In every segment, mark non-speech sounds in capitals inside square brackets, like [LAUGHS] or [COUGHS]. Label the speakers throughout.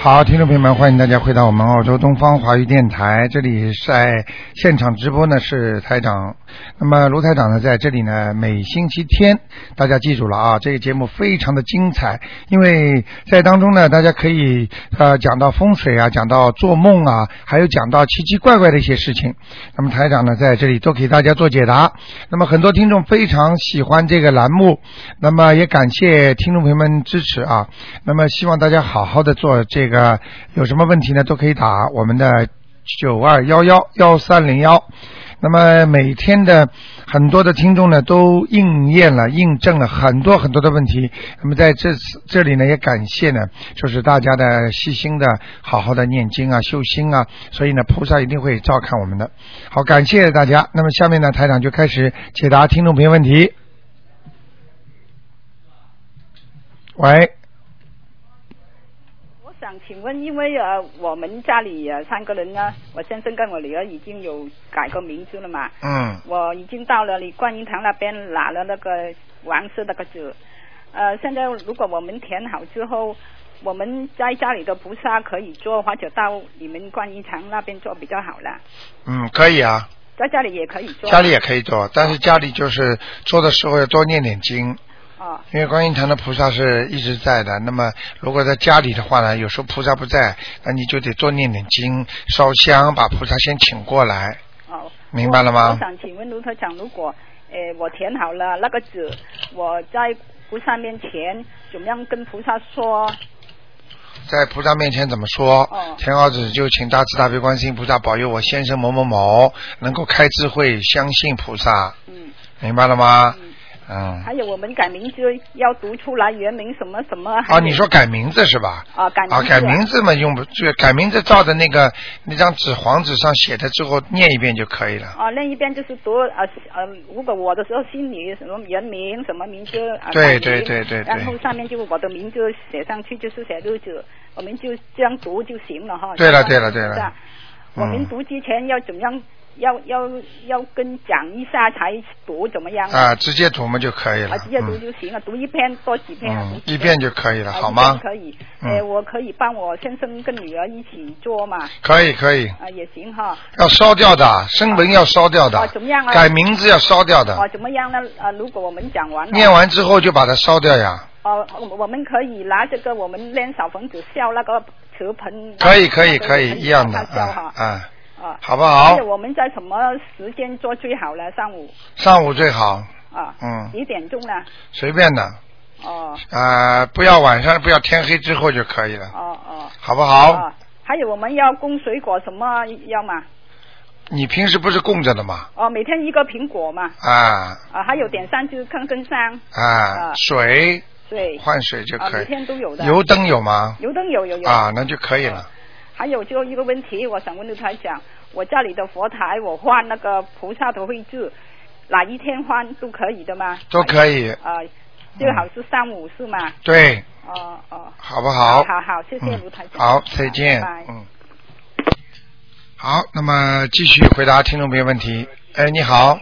Speaker 1: 好，听众朋友们，欢迎大家回到我们澳洲东方华语电台，这里在现场直播呢是台长，那么卢台长呢在这里呢每星期天，大家记住了啊，这个节目非常的精彩，因为在当中呢大家可以呃讲到风水啊，讲到做梦啊，还有讲到奇奇怪怪的一些事情，那么台长呢在这里都给大家做解答，那么很多听众非常喜欢这个栏目，那么也感谢听众朋友们支持啊，那么希望大家好好的做这个，有什么问题呢都可以打我们的九二幺幺幺三零幺。那么每天的很多的听众呢，都应验了、印证了很多很多的问题。那么在这次这里呢，也感谢呢，就是大家的细心的、好好的念经啊、修心啊，所以呢，菩萨一定会照看我们的。好，感谢大家。那么下面呢，台长就开始解答听众朋友问题。喂，
Speaker 2: 我想请问，因为呃，我们家里呃三个人呢，我先生跟我女儿已经有改过名字了嘛，
Speaker 1: 嗯，
Speaker 2: 我已经到了你观音堂那边拿了那个黄色那个纸，呃，现在如果我们填好之后，我们在家里的菩萨可以做，或者到你们观音堂那边做比较好啦，
Speaker 1: 嗯，可以啊，
Speaker 2: 在家里也可以做。
Speaker 1: 家里也可以做，但是家里就是做的时候要多念点经。
Speaker 2: 哦
Speaker 1: 因为观音堂的菩萨是一直在的，那么如果在家里的话呢，有时候菩萨不在，那你就得多念点经、烧香，把菩萨先请过来。
Speaker 2: 哦，
Speaker 1: 明白了吗
Speaker 2: 我我想请问卢台长，如果呃我填好了那个纸，我在菩萨面前怎么样跟菩萨说？
Speaker 1: 在菩萨面前怎么说
Speaker 2: 哦？
Speaker 1: 填好纸就请大慈大悲观世音菩萨保佑我先生某某某能够开智慧，相信菩萨，
Speaker 2: 嗯，
Speaker 1: 明白了吗？
Speaker 2: 嗯
Speaker 1: 嗯。
Speaker 2: 还有我们改名字要读出来原名什么什么。
Speaker 1: 啊，你说改名字是吧？
Speaker 2: 啊改名字
Speaker 1: 啊，改名字嘛，用不就改名字照着那个那张纸黄纸上写的之后念一遍就可以了。
Speaker 2: 啊，那一边就是读呃呃，如果我的时候心里什么人名什么名字啊，
Speaker 1: 对
Speaker 2: 改名
Speaker 1: 对对对对
Speaker 2: 然后上面就我的名字写上去，就是写日子，我们就这样读就行了哈。
Speaker 1: 对了
Speaker 2: 这
Speaker 1: 对
Speaker 2: 样
Speaker 1: 了对了
Speaker 2: 是吧
Speaker 1: 嗯
Speaker 2: 我们读之前要怎么样？要要要跟讲一下才读怎么样？
Speaker 1: 啊，直接读嘛就可以了。
Speaker 2: 啊，直接读
Speaker 1: 嗯
Speaker 2: 就行了，读一篇多几篇啊，
Speaker 1: 嗯
Speaker 2: 读，几
Speaker 1: 一遍就可以了，
Speaker 2: 啊
Speaker 1: 好
Speaker 2: 一
Speaker 1: 吗
Speaker 2: 篇？可以，
Speaker 1: 嗯
Speaker 2: 呃，我可以帮我先生跟女儿一起做嘛，
Speaker 1: 可以可以，
Speaker 2: 啊也行哈。
Speaker 1: 要烧掉的，声纹要烧掉的
Speaker 2: 啊怎么样，啊
Speaker 1: 改名字要烧掉
Speaker 2: 哦，
Speaker 1: 的，
Speaker 2: 怎么样呢？呃，如果我们讲完了，
Speaker 1: 念完之后就把它烧掉呀。
Speaker 2: 哦，我我们可以拿这个我们练小房子笑那个瓷盆，
Speaker 1: 可以可以
Speaker 2: 那个
Speaker 1: 可以，一样的
Speaker 2: 盆笑
Speaker 1: 啊
Speaker 2: 哈，
Speaker 1: 啊，
Speaker 2: 啊，
Speaker 1: 好不好
Speaker 2: 还有？我们在什么时间做最好呢？上午
Speaker 1: 上午最好，
Speaker 2: 啊，
Speaker 1: 嗯
Speaker 2: 几点钟呢？
Speaker 1: 随便的
Speaker 2: 哦
Speaker 1: 啊，不要晚上不要天黑之后就可以了，
Speaker 2: 哦哦，
Speaker 1: 好不好？
Speaker 2: 啊，还有我们要供水果什么要嘛？
Speaker 1: 你平时不是供着的吗？
Speaker 2: 哦，每天一个苹果嘛，
Speaker 1: 啊
Speaker 2: 啊，还有点三支坑根香，
Speaker 1: 啊，
Speaker 2: 啊
Speaker 1: 水
Speaker 2: 对，
Speaker 1: 换水就
Speaker 2: 啊，
Speaker 1: 可
Speaker 2: 每
Speaker 1: 以。
Speaker 2: 天都有的，
Speaker 1: 油灯有吗？
Speaker 2: 油灯有有有
Speaker 1: 啊，那就可以了。
Speaker 2: 还有最后一个问题，我想问刘台长，我家里的佛台我换那个菩萨的位置，哪一天换都可以的吗？
Speaker 1: 都可以，
Speaker 2: 啊、最好是上午是吗？
Speaker 1: 对，
Speaker 2: 哦哦，
Speaker 1: 好不好？
Speaker 2: 好好，谢谢卢台
Speaker 1: 嗯
Speaker 2: 长。
Speaker 1: 好，再见。
Speaker 2: 拜拜。
Speaker 1: 嗯。好，那么继续回答听众朋友问题。哎，你好。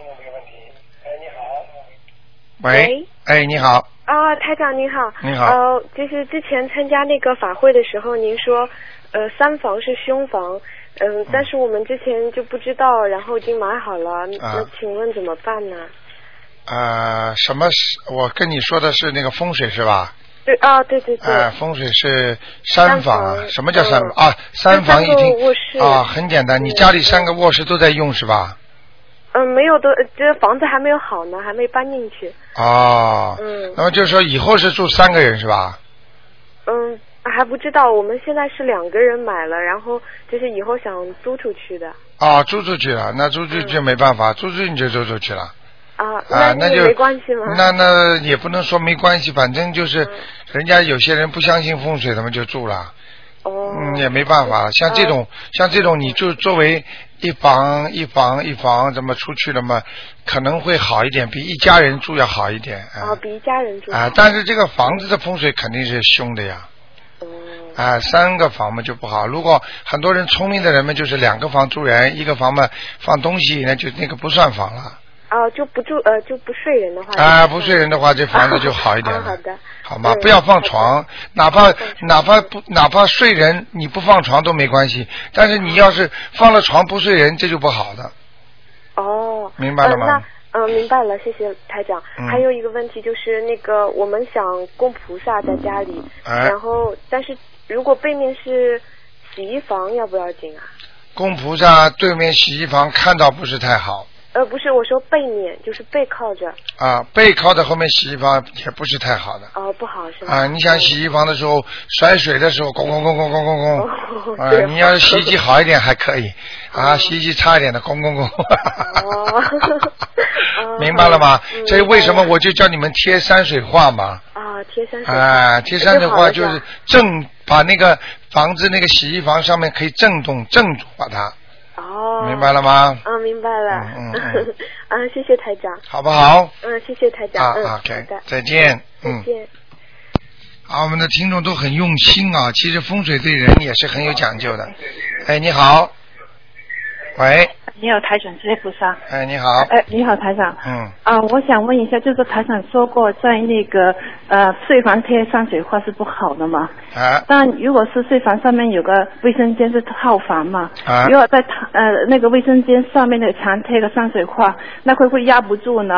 Speaker 1: 喂。
Speaker 3: 喂
Speaker 1: 哎，你好。
Speaker 3: 啊，台长您好。
Speaker 1: 你好
Speaker 3: 呃，就是之前参加那个法会的时候，您说，呃，三房是凶房，嗯、但是我们之前就不知道，然后已经买好了，
Speaker 1: 啊
Speaker 3: 那请问怎么办呢？
Speaker 1: 呃，什么是？我跟你说的是那个风水是吧？
Speaker 3: 对啊，对对对。
Speaker 1: 呃，风水是三房啊
Speaker 3: 三。房
Speaker 1: 什么叫三房
Speaker 3: 嗯
Speaker 1: 啊？三房已
Speaker 3: 三个卧
Speaker 1: 经
Speaker 3: 室
Speaker 1: 啊，很简单。你家里
Speaker 3: 嗯
Speaker 1: 三个卧室都在用是吧？
Speaker 3: 嗯、没有的，呃这房子还没有好呢，还没搬进去。
Speaker 1: 哦。
Speaker 3: 嗯
Speaker 1: 那么就是说以后是住三个人是吧？
Speaker 3: 嗯，还不知道，我们现在是两个人买了，然后就是以后想租出去的。
Speaker 1: 啊，租出去了，那租出去就没办法，租出去你就租出去了。
Speaker 3: 啊，
Speaker 1: 啊，
Speaker 3: 那
Speaker 1: 就
Speaker 3: 也没关系吗？
Speaker 1: 那那也不能说没关系，反正就是
Speaker 3: 嗯
Speaker 1: 人家有些人不相信风水，他们就住了，
Speaker 3: 哦，嗯
Speaker 1: 嗯，也没办法了。像这种，像这种，你就作为一房一房一房怎么出去了嘛，可能会好一点，比一家人住要好一点啊。
Speaker 3: 哦，比一家人住
Speaker 1: 啊，但是这个房子的风水肯定是凶的呀。
Speaker 3: 哦
Speaker 1: 啊，三个房嘛就不好。如果很多人聪明的人们，就是两个房住人，一个房嘛放东西，那就那个不算房了。
Speaker 3: 哦，就不住呃就不睡人的话
Speaker 1: 啊，不睡人的话，这房子就好一点了。
Speaker 3: 啊好的，
Speaker 1: 好吗？
Speaker 3: 嗯
Speaker 1: 不要放床，哪怕
Speaker 3: 不要放床
Speaker 1: 哪怕不哪怕睡人，你不放床都没关系。但是你要是放了床不睡人，这就不好的。
Speaker 3: 哦，
Speaker 1: 明白了吗
Speaker 3: 呃、那嗯、呃明白了，谢谢台长。
Speaker 1: 嗯
Speaker 3: 还有一个问题就是，那个我们想供菩萨在家里，
Speaker 1: 哎
Speaker 3: 然后但是如果背面是洗衣房，要不要紧啊？
Speaker 1: 供菩萨对面洗衣房看到不是太好
Speaker 3: 呃，不是，我说背面就是背靠着，
Speaker 1: 啊，背靠在后面洗衣房也不是太好的。
Speaker 3: 哦、不好是吗？
Speaker 1: 啊，你想洗衣房的时候甩水的时候，咣咣咣咣咣咣
Speaker 3: 哦
Speaker 1: 咣，啊
Speaker 3: [LAUGHS] 对，
Speaker 1: 你要是洗衣机好一点还可以，啊，洗衣机差一点的咣咣咣。
Speaker 4: 哦 [LAUGHS]
Speaker 3: 哦
Speaker 1: 明白了吗
Speaker 3: 嗯？
Speaker 1: 这为什么我就叫你们贴山水画嘛？
Speaker 4: 哦
Speaker 3: 啊，贴山水
Speaker 1: 啊，贴山水画就
Speaker 3: 这
Speaker 1: 是
Speaker 3: 就好
Speaker 1: 正把那个房子那个洗衣房上面可以震动震住把它，
Speaker 3: 哦，
Speaker 1: 明白了吗？
Speaker 3: 啊，明白了。
Speaker 1: 嗯嗯
Speaker 3: [LAUGHS] 啊，谢谢台长。
Speaker 1: 好不好？
Speaker 3: 嗯，谢谢台长。
Speaker 1: 啊
Speaker 3: 嗯，好
Speaker 1: ，OK，
Speaker 3: 的，
Speaker 1: 再见，
Speaker 3: 再
Speaker 1: 嗯。
Speaker 3: 见。
Speaker 1: 啊，我们的听众都很用心啊，其实风水对人也是很有讲究的。哎，你好，喂，
Speaker 5: 你好，台长，谢谢菩萨。
Speaker 1: 哎，你好，
Speaker 5: 哎、你好，台长。
Speaker 1: 嗯，
Speaker 5: 啊，我想问一下，就是台长说过，在那个呃睡房贴山水画是不好的嘛？
Speaker 1: 啊，
Speaker 5: 但如果是睡房上面有个卫生间是套房嘛？
Speaker 1: 啊
Speaker 5: 如果在套呃那个卫生间上面的墙贴个山水画，那会不会压不住呢？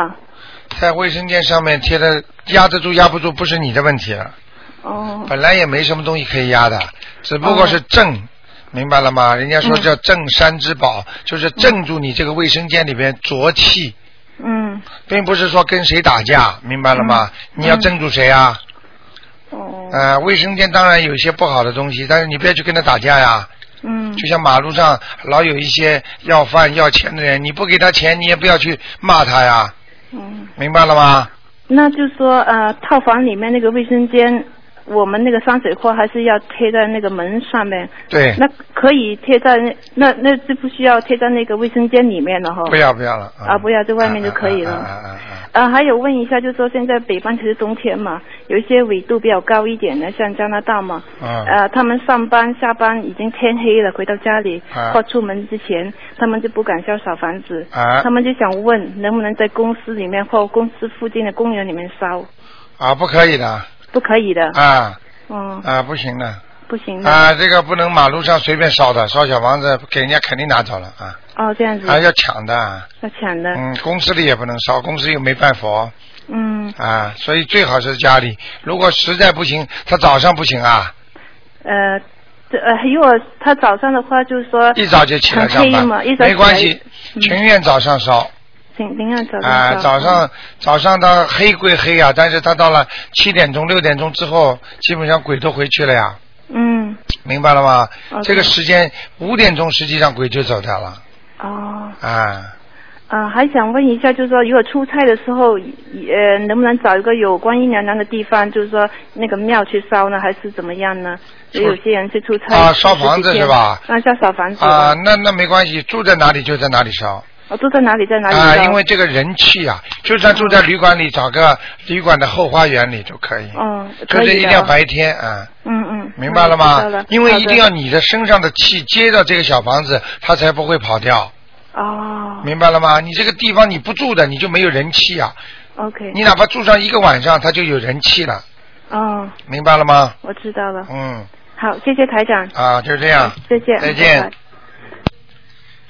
Speaker 1: 在卫生间上面贴的压得住压不住不是你的问题了，
Speaker 5: 哦
Speaker 1: 本来也没什么东西可以压的，只不过是正。明白了吗？人家
Speaker 5: 嗯
Speaker 1: 说叫镇山之宝，就是镇住你这个卫生间里边浊气，
Speaker 5: 嗯
Speaker 1: 并不是说跟谁打架，明白了吗？你要镇住谁啊？
Speaker 5: 哦
Speaker 1: 呃，卫生间当然有一些不好的东西，但是你不要去跟他打架呀。
Speaker 5: 嗯
Speaker 1: 就像马路上老有一些要饭要钱的人，你不给他钱，你也不要去骂他呀，
Speaker 5: 嗯，
Speaker 1: 明白了吗？
Speaker 5: 那就说呃套房里面那个卫生间，我们那个山水画还是要贴在那个门上面。
Speaker 1: 对，
Speaker 5: 那可以贴在那那那就不需要贴在那个卫生间里面了哈。
Speaker 1: 不要不要了
Speaker 5: 啊不要在外面就可以了
Speaker 1: 啊啊啊啊
Speaker 5: 呃，还有问一下，就说现在北半球是冬天嘛，有一些纬度比较高一点的，像加拿大嘛，
Speaker 1: 啊啊啊！
Speaker 5: 呃，他们上班下班已经天黑了，回到家里、
Speaker 1: 啊
Speaker 5: 或出门之前，他们就不敢烧小房子，
Speaker 1: 啊
Speaker 5: 他们就想问能不能在公司里面或公司附近的公园里面烧，
Speaker 1: 啊，不可以的，
Speaker 5: 不可以的，
Speaker 1: 啊
Speaker 5: 嗯，
Speaker 1: 啊，不行的，
Speaker 5: 不行的，
Speaker 1: 啊，这个不能马路上随便烧的，烧小房子给人家肯定拿走了啊，
Speaker 5: 哦，这样子、哦
Speaker 1: 啊，要抢的，
Speaker 5: 要抢的，
Speaker 1: 嗯，公司里也不能烧，公司又没拜佛
Speaker 5: 嗯，
Speaker 1: 啊，所以最好是家里，如果实在不行，他早上不行啊，
Speaker 5: 呃，这呃，如果他早上的话，就是说
Speaker 1: 一早就起来上
Speaker 5: 嗯很黑
Speaker 1: 班
Speaker 5: 嘛一，早起来
Speaker 1: 没关系，
Speaker 5: 嗯
Speaker 1: 情愿早上烧。
Speaker 5: 请您按早上
Speaker 1: 啊、
Speaker 5: 烧
Speaker 1: 早上早上他黑归黑啊，但是他到了七点钟、六点钟之后，基本上鬼都回去了呀，
Speaker 5: 嗯，
Speaker 1: 明白了吗
Speaker 5: OK
Speaker 1: 这个时间五点钟，实际上鬼就走掉了
Speaker 5: 哦，
Speaker 1: 啊。
Speaker 5: 啊、还想问一下，就是说，如果出差的时候，呃，能不能找一个有观音娘娘的地方，就是说那个庙去烧呢，还是怎么样呢？
Speaker 1: 出
Speaker 5: 也有些人去出差
Speaker 1: 啊烧房子是吧
Speaker 5: 那叫烧房子
Speaker 1: 啊，那那没关系，住在哪里就在哪里烧
Speaker 5: 我住在哪里，在哪里
Speaker 1: 啊，
Speaker 5: 烧
Speaker 1: 因为这个人气啊，就算住在旅馆里，找个旅馆的后花园里就可以，
Speaker 5: 嗯，
Speaker 1: 就
Speaker 5: 可
Speaker 1: 是
Speaker 5: 以
Speaker 1: 一
Speaker 5: 的
Speaker 1: 定要白天啊，
Speaker 5: 嗯嗯，
Speaker 1: 明白了吗？
Speaker 5: 嗯知道了
Speaker 1: 因为一定要
Speaker 5: 好的
Speaker 1: 你的身上的气接到这个小房子，它才不会跑掉，
Speaker 5: 哦
Speaker 1: 明白了吗？你这个地方你不住的，你就没有人气啊，
Speaker 5: ，OK，
Speaker 1: 你哪怕住上一个晚上，它就有人气了，
Speaker 5: 哦，
Speaker 1: 明白了吗？
Speaker 5: 我知道了。
Speaker 1: 嗯，
Speaker 5: 好，谢谢台长，
Speaker 1: 啊，就是这样。
Speaker 5: 再见，
Speaker 1: 再见
Speaker 5: 拜拜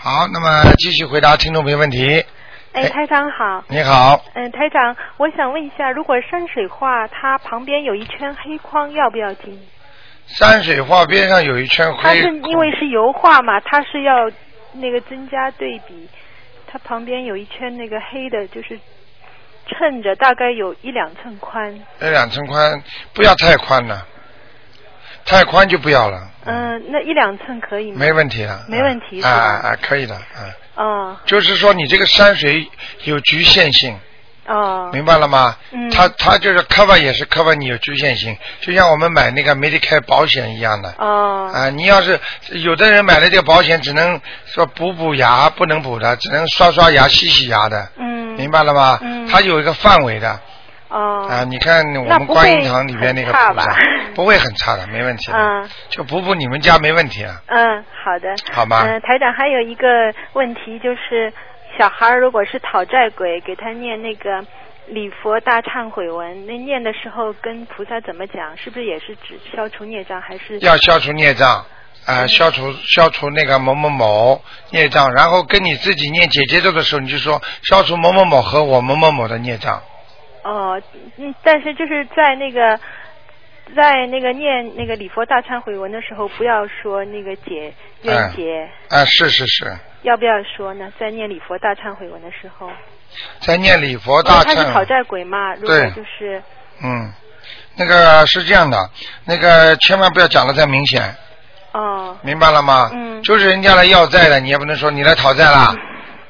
Speaker 1: 好，那么继续回答听众朋友问题。
Speaker 6: 哎，台长好。
Speaker 1: 你好，
Speaker 6: 嗯，台长，我想问一下，如果山水画它旁边有一圈黑框，要不要紧？
Speaker 1: 山水画边上有一圈
Speaker 6: 它
Speaker 1: 灰
Speaker 6: 是，因为是油画嘛，它是要那个增加对比。它旁边有一圈那个黑的，就是衬着大概有一两寸宽。
Speaker 1: 那两寸宽，不要太宽了，太宽就不要了。
Speaker 6: 嗯、那一两寸可以吗？
Speaker 1: 没问题了，
Speaker 6: 嗯没问题是
Speaker 1: 啊
Speaker 6: 吧
Speaker 1: 啊啊，可以的，啊，
Speaker 6: 啊
Speaker 1: 就是说你这个山水有局限性，
Speaker 6: 啊、哦，
Speaker 1: 明白了吗？
Speaker 6: 嗯
Speaker 1: 他他就是 cover 也是 cover 你有局限性，就像我们买那个 Medicare 保险一样的。
Speaker 6: 哦，
Speaker 1: 啊，你要是有的人买了这个保险，只能说补补牙，不能补的，只能刷刷牙、洗洗牙的，
Speaker 6: 嗯，
Speaker 1: 明白了吗？
Speaker 6: 嗯
Speaker 1: 它有一个范围的啊。
Speaker 6: 哦，
Speaker 1: 你看我
Speaker 6: 那
Speaker 1: 们
Speaker 6: 不
Speaker 1: 观音
Speaker 6: 会
Speaker 1: 堂里边那个
Speaker 6: 很差
Speaker 1: 菩萨
Speaker 6: 吧，
Speaker 1: 不会很差的，没问题的。
Speaker 6: 嗯
Speaker 1: 就补补你们家没问题了，
Speaker 6: 嗯，好的。
Speaker 1: 好吗？
Speaker 6: 嗯、台长还有一个问题就是，小孩儿如果是讨债鬼，给他念那个礼佛大忏悔文，那念的时候跟菩萨怎么讲？是不是也是指消除孽障，还是？嗯
Speaker 1: 要消除孽障。啊、消除消除那个某某某孽障，然后跟你自己念姐姐咒的时候，你就说消除某某某和我某某某的孽障。
Speaker 6: 哦，嗯，但是就是在那个。在那个念那个礼佛大忏悔文的时候，不要说那个解冤结，
Speaker 1: 啊、是是是，
Speaker 6: 要不要说呢？在念礼佛大忏悔文的时候，
Speaker 1: 在念礼佛大
Speaker 6: 哦他是
Speaker 1: 忏
Speaker 6: 讨
Speaker 1: 悔。
Speaker 6: 债鬼嘛？如果
Speaker 1: 对
Speaker 6: 就是
Speaker 1: 嗯，那个是这样的，那个千万不要讲的太明显，
Speaker 6: 哦，
Speaker 1: 明白了吗？
Speaker 6: 嗯
Speaker 1: 就是人家来要债的，你也不能说你来讨债啦，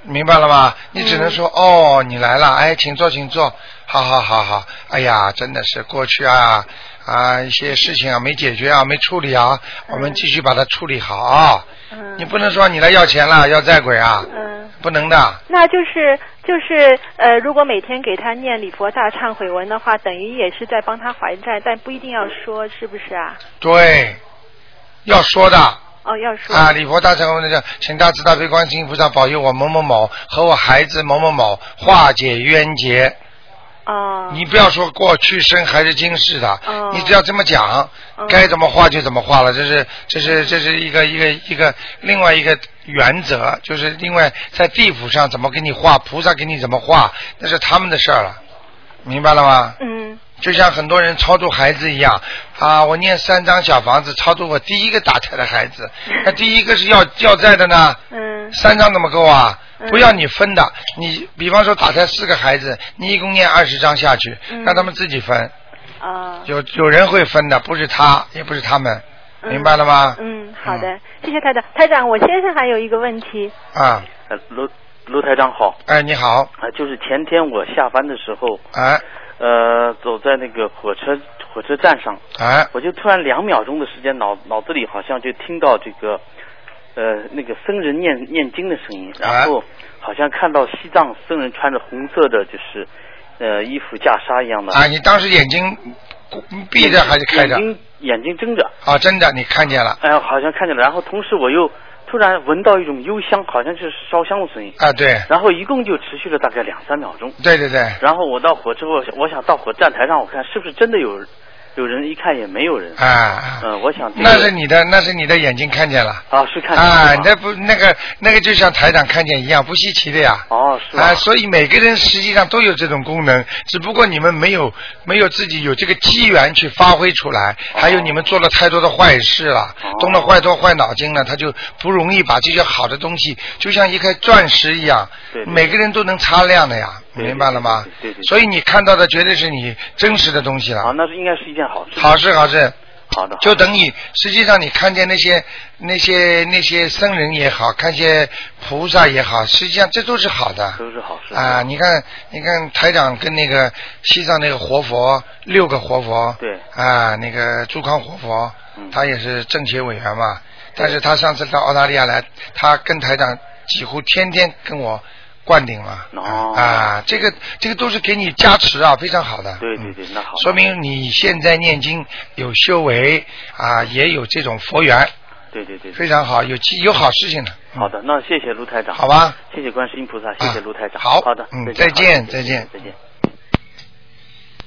Speaker 1: 明白了吗？你只
Speaker 6: 嗯
Speaker 1: 能说、哦，你来了，哎，请坐，请坐，好好好好，哎呀，真的是过去啊啊一些事情啊没解决啊没处理啊，我们继续把它处理好啊。
Speaker 6: 嗯，
Speaker 1: 你不能说你来要钱了，要债鬼啊，
Speaker 6: 嗯。
Speaker 1: 不能的。
Speaker 6: 那就是就是呃，如果每天给他念礼佛大忏悔文的话，等于也是在帮他还债，但不一定要说，是不是啊？
Speaker 1: 对，要说的。
Speaker 6: 哦，要说。
Speaker 1: 啊，礼佛大忏悔文的，请大慈大悲观世音菩萨保佑我某某某和我孩子某某某化解冤结。
Speaker 6: 哦。
Speaker 1: 你不要说过去生还是今世的，
Speaker 6: 哦
Speaker 1: 你只要这么讲，
Speaker 6: 哦
Speaker 1: 该怎么化就怎么化了。这是这是这是一个一个一个另外一个原则，就是另外在地府上怎么给你化，菩萨给你怎么化，那是他们的事儿了，明白了吗？
Speaker 6: 嗯
Speaker 1: 就像很多人超度孩子一样啊，我念三张小房子超度我第一个打胎的孩子，那第一个是要要债的呢，
Speaker 6: 嗯
Speaker 1: 三张怎么够啊？
Speaker 6: 嗯
Speaker 1: 不要你分的，你比方说打胎四个孩子，你一共念二十张下去，
Speaker 6: 嗯
Speaker 1: 让他们自己分。
Speaker 6: 啊、
Speaker 1: 有有人会分的，不是他，也不是他们，
Speaker 6: 嗯
Speaker 1: 明白了吗？
Speaker 6: 嗯，好的，谢谢台长。台长，我先生还有一个问题。
Speaker 1: 啊，
Speaker 7: 呃，卢卢台长好，
Speaker 1: 哎，你好，
Speaker 7: 啊、就是前天我下班的时候，
Speaker 1: 哎
Speaker 7: 呃，走在那个火车火车站上，
Speaker 1: 哎，
Speaker 7: 我就突然两秒钟的时间脑，脑子里好像就听到这个，呃，那个僧人念念经的声音，
Speaker 1: 哎
Speaker 7: 然后好像看到西藏僧人穿着红色的，就是呃衣服袈裟一样的，
Speaker 1: 啊，你当时眼睛闭着还是开着
Speaker 7: 眼？睛眼睛睁着，
Speaker 1: 啊，真的，你看见了
Speaker 7: 哎、好像看见了，然后同时我又突然闻到一种幽香，好像是烧香的声音，
Speaker 1: 啊？对，
Speaker 7: 然后一共就持续了大概两三秒钟。
Speaker 1: 对对对，
Speaker 7: 然后我到火车，我想我想到火站台上，我看是不是真的有有人，一看也没有人。
Speaker 1: 啊啊。
Speaker 7: 嗯，我想这个
Speaker 1: 那是你的，那是你的眼睛看见了。
Speaker 7: 啊，是看
Speaker 1: 啊，
Speaker 7: 见
Speaker 1: 那
Speaker 7: 了吗
Speaker 1: 不那个那个就像台长看见一样，不稀奇的呀。
Speaker 7: 哦是吗
Speaker 1: 啊，所以每个人实际上都有这种功能，只不过你们没有没有自己有这个机缘去发挥出来，还有你们做了太多的坏事了，
Speaker 7: 哦
Speaker 1: 动了坏多坏脑筋了，他就不容易把这些好的东西，就像一块钻石一样，
Speaker 7: 对对
Speaker 1: 每个人都能擦亮的呀，
Speaker 7: 对对
Speaker 1: 明白了吗？
Speaker 7: 对对对对
Speaker 1: 所以你看到的绝对是你真实的东西了。
Speaker 7: 啊，那是应该是一件好事。
Speaker 1: 好事好事。
Speaker 7: 好的，
Speaker 1: 就
Speaker 7: 好的
Speaker 1: 等你实际上你看见那些那些那些僧人也好，看些菩萨也好，实际上这都是好的
Speaker 7: 都是好事
Speaker 1: 啊！你看你看台长跟那个西藏那个活佛六个活佛，
Speaker 7: 对
Speaker 1: 啊，那个朱康活佛，
Speaker 7: 嗯
Speaker 1: 他也是政协委员嘛，但是他上次到澳大利亚来，他跟台长几乎天天跟我。灌顶嘛，
Speaker 7: 哦
Speaker 1: 啊，这个这个都是给你加持啊，非常好的。
Speaker 7: 对对
Speaker 1: 嗯
Speaker 7: 对，那好，
Speaker 1: 说明你现在念经有修为啊，也有这种佛缘，
Speaker 7: 对对对，
Speaker 1: 非常好，有机有好事情的。嗯
Speaker 7: 好，的，那谢谢卢台长，
Speaker 1: 好，吧。
Speaker 7: 谢谢观世音菩萨，谢谢卢台长，
Speaker 1: 啊好
Speaker 7: 好的，
Speaker 1: 嗯
Speaker 7: 再
Speaker 1: 再见
Speaker 7: 见，好
Speaker 1: 再见
Speaker 7: 再见。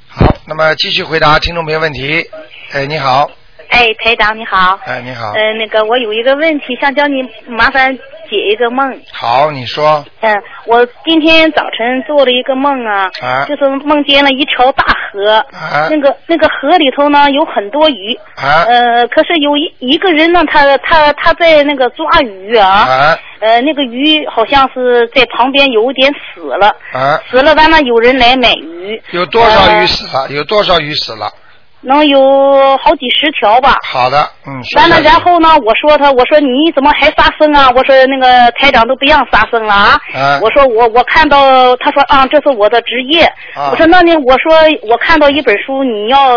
Speaker 1: 好，那么继续回答听众朋友问题。哎，你好，
Speaker 8: 哎，台长你好，
Speaker 1: 哎，你好，
Speaker 8: 呃，那个我有一个问题想叫你麻烦解一个梦。
Speaker 1: 好，你说
Speaker 8: 嗯、我今天早晨做了一个梦啊，
Speaker 1: 啊
Speaker 8: 就是梦见了一条大河，
Speaker 1: 啊
Speaker 8: 那个那个河里头呢有很多鱼，
Speaker 1: 啊
Speaker 8: 呃，可是有一一个人呢，他他他在那个抓鱼啊，
Speaker 1: 啊
Speaker 8: 呃，那个鱼好像是在旁边有点死了，
Speaker 1: 啊，
Speaker 8: 死了完了有人来买鱼，
Speaker 1: 有多少鱼
Speaker 8: 呃
Speaker 1: 死了？有多少鱼死了？
Speaker 8: 能有好几十条吧。
Speaker 1: 好的，嗯，说下
Speaker 8: 完了，
Speaker 1: 去
Speaker 8: 然后呢，我说他，我说你怎么还杀生啊？我说那个台长都不让杀生了啊。
Speaker 1: 啊
Speaker 8: 我说我我看到，他说啊，这是我的职业。
Speaker 1: 啊
Speaker 8: 我说那呢，我说我看到一本书，你要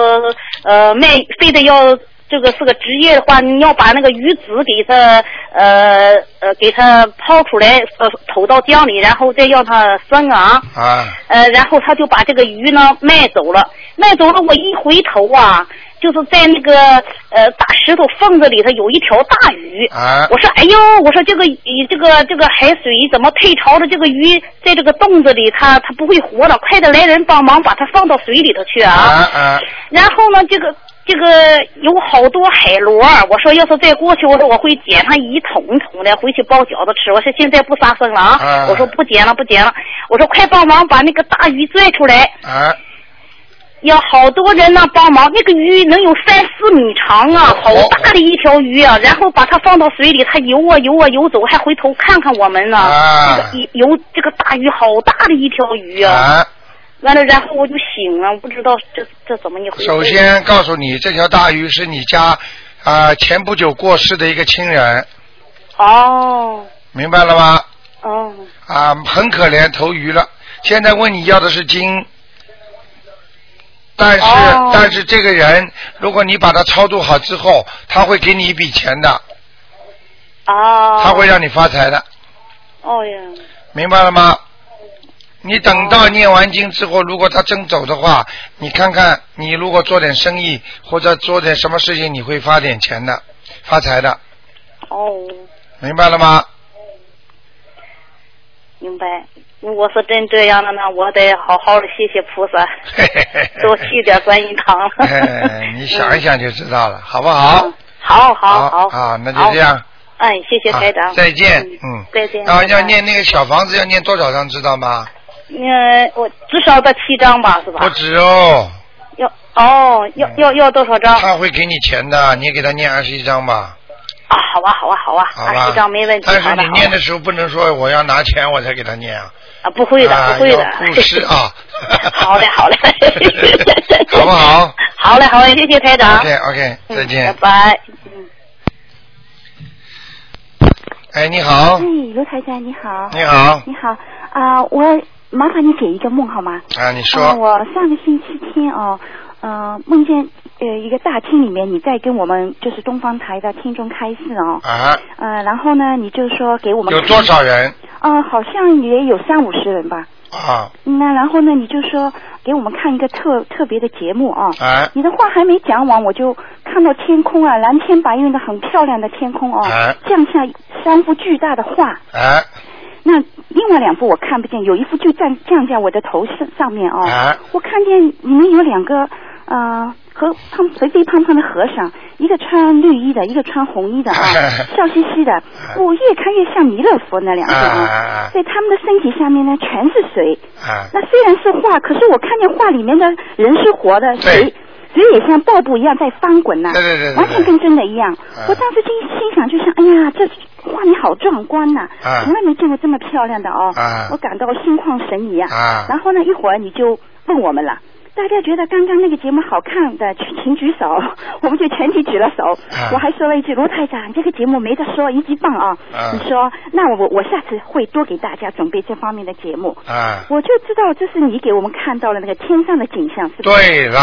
Speaker 8: 呃卖，非得要这个是个职业的话，你要把那个鱼籽给它呃呃给它抛出来，呃投到江里，然后再让它生啊。
Speaker 1: 啊，
Speaker 8: 呃，然后他就把这个鱼呢卖走了，卖走了。我一回头啊，就是在那个呃大石头缝子里头有一条大鱼。
Speaker 1: 啊
Speaker 8: 我说，哎呦，我说这个鱼，这个这个海水怎么退潮了？这个鱼在这个洞子里，它它不会活了，快点来人帮忙把它放到水里头去
Speaker 1: 啊啊
Speaker 8: 然后呢，这个这个有好多海螺儿，我说要是再过去，我说我会捡上一桶一桶的回去包饺子吃。我说现在不杀生了啊，
Speaker 1: 啊
Speaker 8: 我说不捡了不捡了，我说快帮忙把那个大鱼拽出来，
Speaker 1: 啊，
Speaker 8: 要好多人呢帮忙，那个鱼能有三四米长啊，
Speaker 1: 哦
Speaker 8: 好大的一条鱼啊，然后把它放到水里，它游啊游啊游走，还回头看看我们呢。
Speaker 1: 啊
Speaker 8: 这个一游这个大鱼，好大的一条鱼啊！
Speaker 1: 啊，
Speaker 8: 完了，然后我就醒了，我不知道这这怎么一回事。
Speaker 1: 首先告诉你，这条大鱼是你家啊、前不久过世的一个亲人，
Speaker 8: 哦
Speaker 1: 明白了吗？
Speaker 8: 哦，
Speaker 1: 啊、很可怜，投鱼了。现在问你要的是金，但是、
Speaker 8: 哦
Speaker 1: 但是这个人，如果你把他超度好之后，他会给你一笔钱的，
Speaker 8: 哦，
Speaker 1: 他会让你发财的，
Speaker 8: 哦呀，
Speaker 1: 明白了吗？你等到念完经之后，如果他真走的话，你看看，你如果做点生意或者做点什么事情，你会发点钱的，发财的，
Speaker 8: 哦，
Speaker 1: 明白了
Speaker 8: [LAUGHS]
Speaker 1: 吗？
Speaker 8: 明白。我是真这样的呢，我得好好的谢谢菩
Speaker 1: [LAUGHS]
Speaker 8: 萨，
Speaker 1: 嘿嘿嘿嘿
Speaker 8: 多去点观音堂。
Speaker 1: 哎，你想一想就知道了，好不好
Speaker 8: 嗯？ [LAUGHS] 好好
Speaker 1: 好啊
Speaker 8: 好，
Speaker 1: 那就这样。
Speaker 8: 哎，谢谢台
Speaker 1: 啊
Speaker 8: 长。
Speaker 1: 再见，嗯，
Speaker 8: 再见。
Speaker 1: 啊，
Speaker 8: 拜拜
Speaker 1: 要。念那个小房子要念多少张，知道吗？
Speaker 8: 嗯，我至少到七张吧，是吧
Speaker 1: 不？止哦，嗯
Speaker 8: 要哦，要要要多少张？
Speaker 1: 他会给你钱的，你给他念二十一张吧，
Speaker 8: 啊，好啊，好啊，好啊，
Speaker 1: 好吧？
Speaker 8: 二十张没问题。
Speaker 1: 但
Speaker 8: 好
Speaker 1: 是
Speaker 8: 的
Speaker 1: 你
Speaker 8: 好
Speaker 1: 念
Speaker 8: 的
Speaker 1: 的时候不能说我要拿钱我才给他念啊，
Speaker 8: 啊，不会的，
Speaker 1: 啊
Speaker 8: 不会的
Speaker 1: 要。布施啊。
Speaker 8: [LAUGHS] 好嘞，好嘞
Speaker 1: 好不好？
Speaker 8: 好嘞，好嘞，谢谢台长。
Speaker 1: OK OK，再见
Speaker 8: 嗯。拜拜。
Speaker 1: 哎，你好
Speaker 9: 哎，，卢台长你好，
Speaker 1: 你好
Speaker 9: 你好啊、我麻烦你解一个梦好吗？
Speaker 1: 啊，你
Speaker 9: 啊
Speaker 8: 嗯
Speaker 1: 说
Speaker 9: 我上个星期天哦，呃，梦见呃一个大厅里面你在跟我们就是东方台的听众开示哦，
Speaker 1: [LAUGHS] 啊，
Speaker 9: 呃，然后呢你就说给我们
Speaker 1: 有
Speaker 9: 看
Speaker 1: 多？少人
Speaker 9: 呃，好像也有三五十人吧。
Speaker 1: 啊？
Speaker 9: 那然后呢你就说给我们看一个特特别的节目啊、
Speaker 1: 哎
Speaker 9: 你的话还没讲完，我就看到天空啊，蓝天白云的很漂亮的天空哦，
Speaker 1: 哎
Speaker 9: 像像三幅巨大的画。
Speaker 1: 哎
Speaker 9: 那另外两幅我看不见，有一幅就站站在我的头上上面哦，
Speaker 1: 哎，
Speaker 9: 我看见里面有两个呃和胖肥肥胖胖的和尚，一个穿绿衣的，一个穿红衣的啊笑嘻嘻的，我越看越像弥勒佛那两个
Speaker 1: 哎哎哎
Speaker 9: 啊，在他们的身体下面呢全是水，
Speaker 1: 哎，
Speaker 9: 那虽然是画，可是我看见画里面的人是活的，
Speaker 1: 对
Speaker 9: 水水也像瀑布一样在翻滚呐、
Speaker 1: 对对对对对
Speaker 9: 完全跟真的一样。
Speaker 1: 嗯
Speaker 9: 我当时心心想，就像哎呀，这画面好壮观呐、
Speaker 1: 嗯
Speaker 9: 从来没见过这么漂亮的哦，
Speaker 1: 嗯
Speaker 9: 我感到心旷神怡啊。
Speaker 1: 嗯
Speaker 9: 然后呢，一会儿你就问我们了。大家觉得刚刚那个节目好看的，请请举手， [LAUGHS] 我们就全体举了手。
Speaker 1: 嗯
Speaker 9: 我还说了一句：“卢台长，这个节目没得说，一级棒啊！”
Speaker 1: 嗯
Speaker 9: 你说，那我我下次会多给大家准备这方面的节目。
Speaker 1: 哎，
Speaker 9: 我就知道这是你给我们看到了那个天上的景象，是吧？
Speaker 1: 对
Speaker 9: [LAUGHS]
Speaker 1: 了。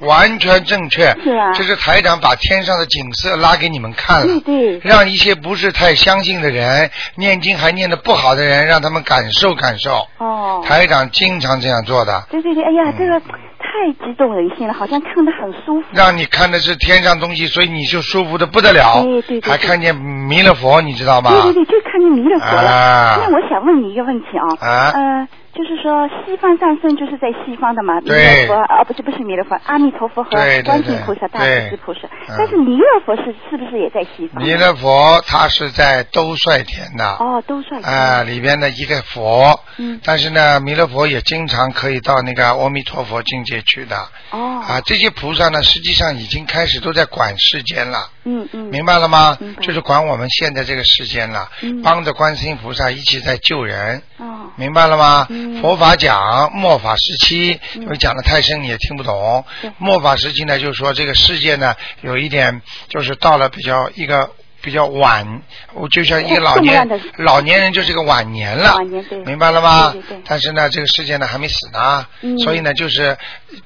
Speaker 1: 完全正确，
Speaker 9: 是啊
Speaker 1: 这是台长把天上的景色拉给你们看了，
Speaker 9: 对对
Speaker 1: 让一些不是太相信的人，念经还念得不好的人，让他们感受感受。
Speaker 9: 哦，
Speaker 1: 台长经常这样做的，
Speaker 9: 对对对，哎呀
Speaker 1: 嗯，
Speaker 9: 这个太激动人心了，好像看得很舒服。
Speaker 1: 让你看的是天上东西，所以你就舒服的不得了，
Speaker 9: 对对对
Speaker 1: 还看见弥勒佛，你知道吗？嗯
Speaker 9: 对对对，就看见弥勒佛了。
Speaker 1: 啊
Speaker 9: 那我想问你一个问题啊、
Speaker 1: 啊
Speaker 9: 呃，就是说西方战胜就是在西方的嘛，弥
Speaker 1: 对
Speaker 9: 勒佛啊，不是不是弥勒佛，阿弥陀佛和
Speaker 1: 对对对
Speaker 9: 观世音菩萨、大
Speaker 1: 对
Speaker 9: 势至菩萨
Speaker 1: 嗯，
Speaker 9: 但是弥勒佛是是不是也在西方？
Speaker 1: 弥勒佛他是在兜率天的。
Speaker 9: 哦，都算是
Speaker 1: 啊、里边的一个佛，
Speaker 9: 嗯
Speaker 1: 但是呢，弥勒佛也经常可以到那个阿弥陀佛境界去的，
Speaker 9: 哦，
Speaker 1: 啊，这些菩萨呢，实际上已经开始都在管世间了，
Speaker 9: 嗯嗯，
Speaker 1: 明白了吗
Speaker 9: 明？白
Speaker 1: 就是管我们现在这个世间了，
Speaker 9: 嗯
Speaker 1: 帮着观世音菩萨一起在救人，
Speaker 9: 哦嗯
Speaker 1: 明白了吗？佛法讲末法时期，因为讲的太深你也听不懂。末法时期呢，就是说这个世界呢有一点，就是到了比较一个比较晚，我就像一个老
Speaker 9: 哦这么
Speaker 1: 年
Speaker 9: 样的
Speaker 1: 老年人就是个晚年了，
Speaker 9: 晚年对
Speaker 1: 明白了吗？
Speaker 9: 对对对
Speaker 1: 但是呢，这个世界呢还没死呢，
Speaker 9: 嗯
Speaker 1: 所以呢，就是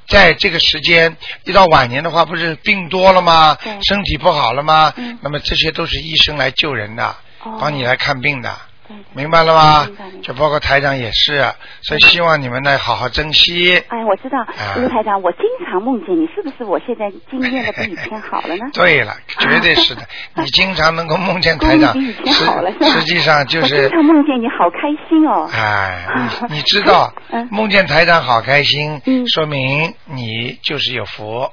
Speaker 1: 在这个时间一到晚年的话，不是病多了吗？身体不好了吗？
Speaker 9: 嗯
Speaker 1: 那么这些都是医生来救人的，
Speaker 9: 哦
Speaker 1: 帮你来看病的。明白了吗？就包括台长也是，啊所以希望你们呢好好珍惜。？
Speaker 9: 哎，我知道，卢台长，我经常梦见你，是不是我现在经验的比以前好了呢
Speaker 1: 对
Speaker 9: [LAUGHS]
Speaker 1: 了，绝对是的。你经常能够梦见台长，
Speaker 9: 功力比以前好了
Speaker 1: 实
Speaker 9: 是吧
Speaker 1: 实际上就
Speaker 9: 我
Speaker 1: 是
Speaker 9: 经常梦见你，好开心哦！
Speaker 1: 哎，
Speaker 9: [LAUGHS]
Speaker 1: 你你知道，
Speaker 9: 嗯
Speaker 1: 梦见台长好开心，说明你就是有福，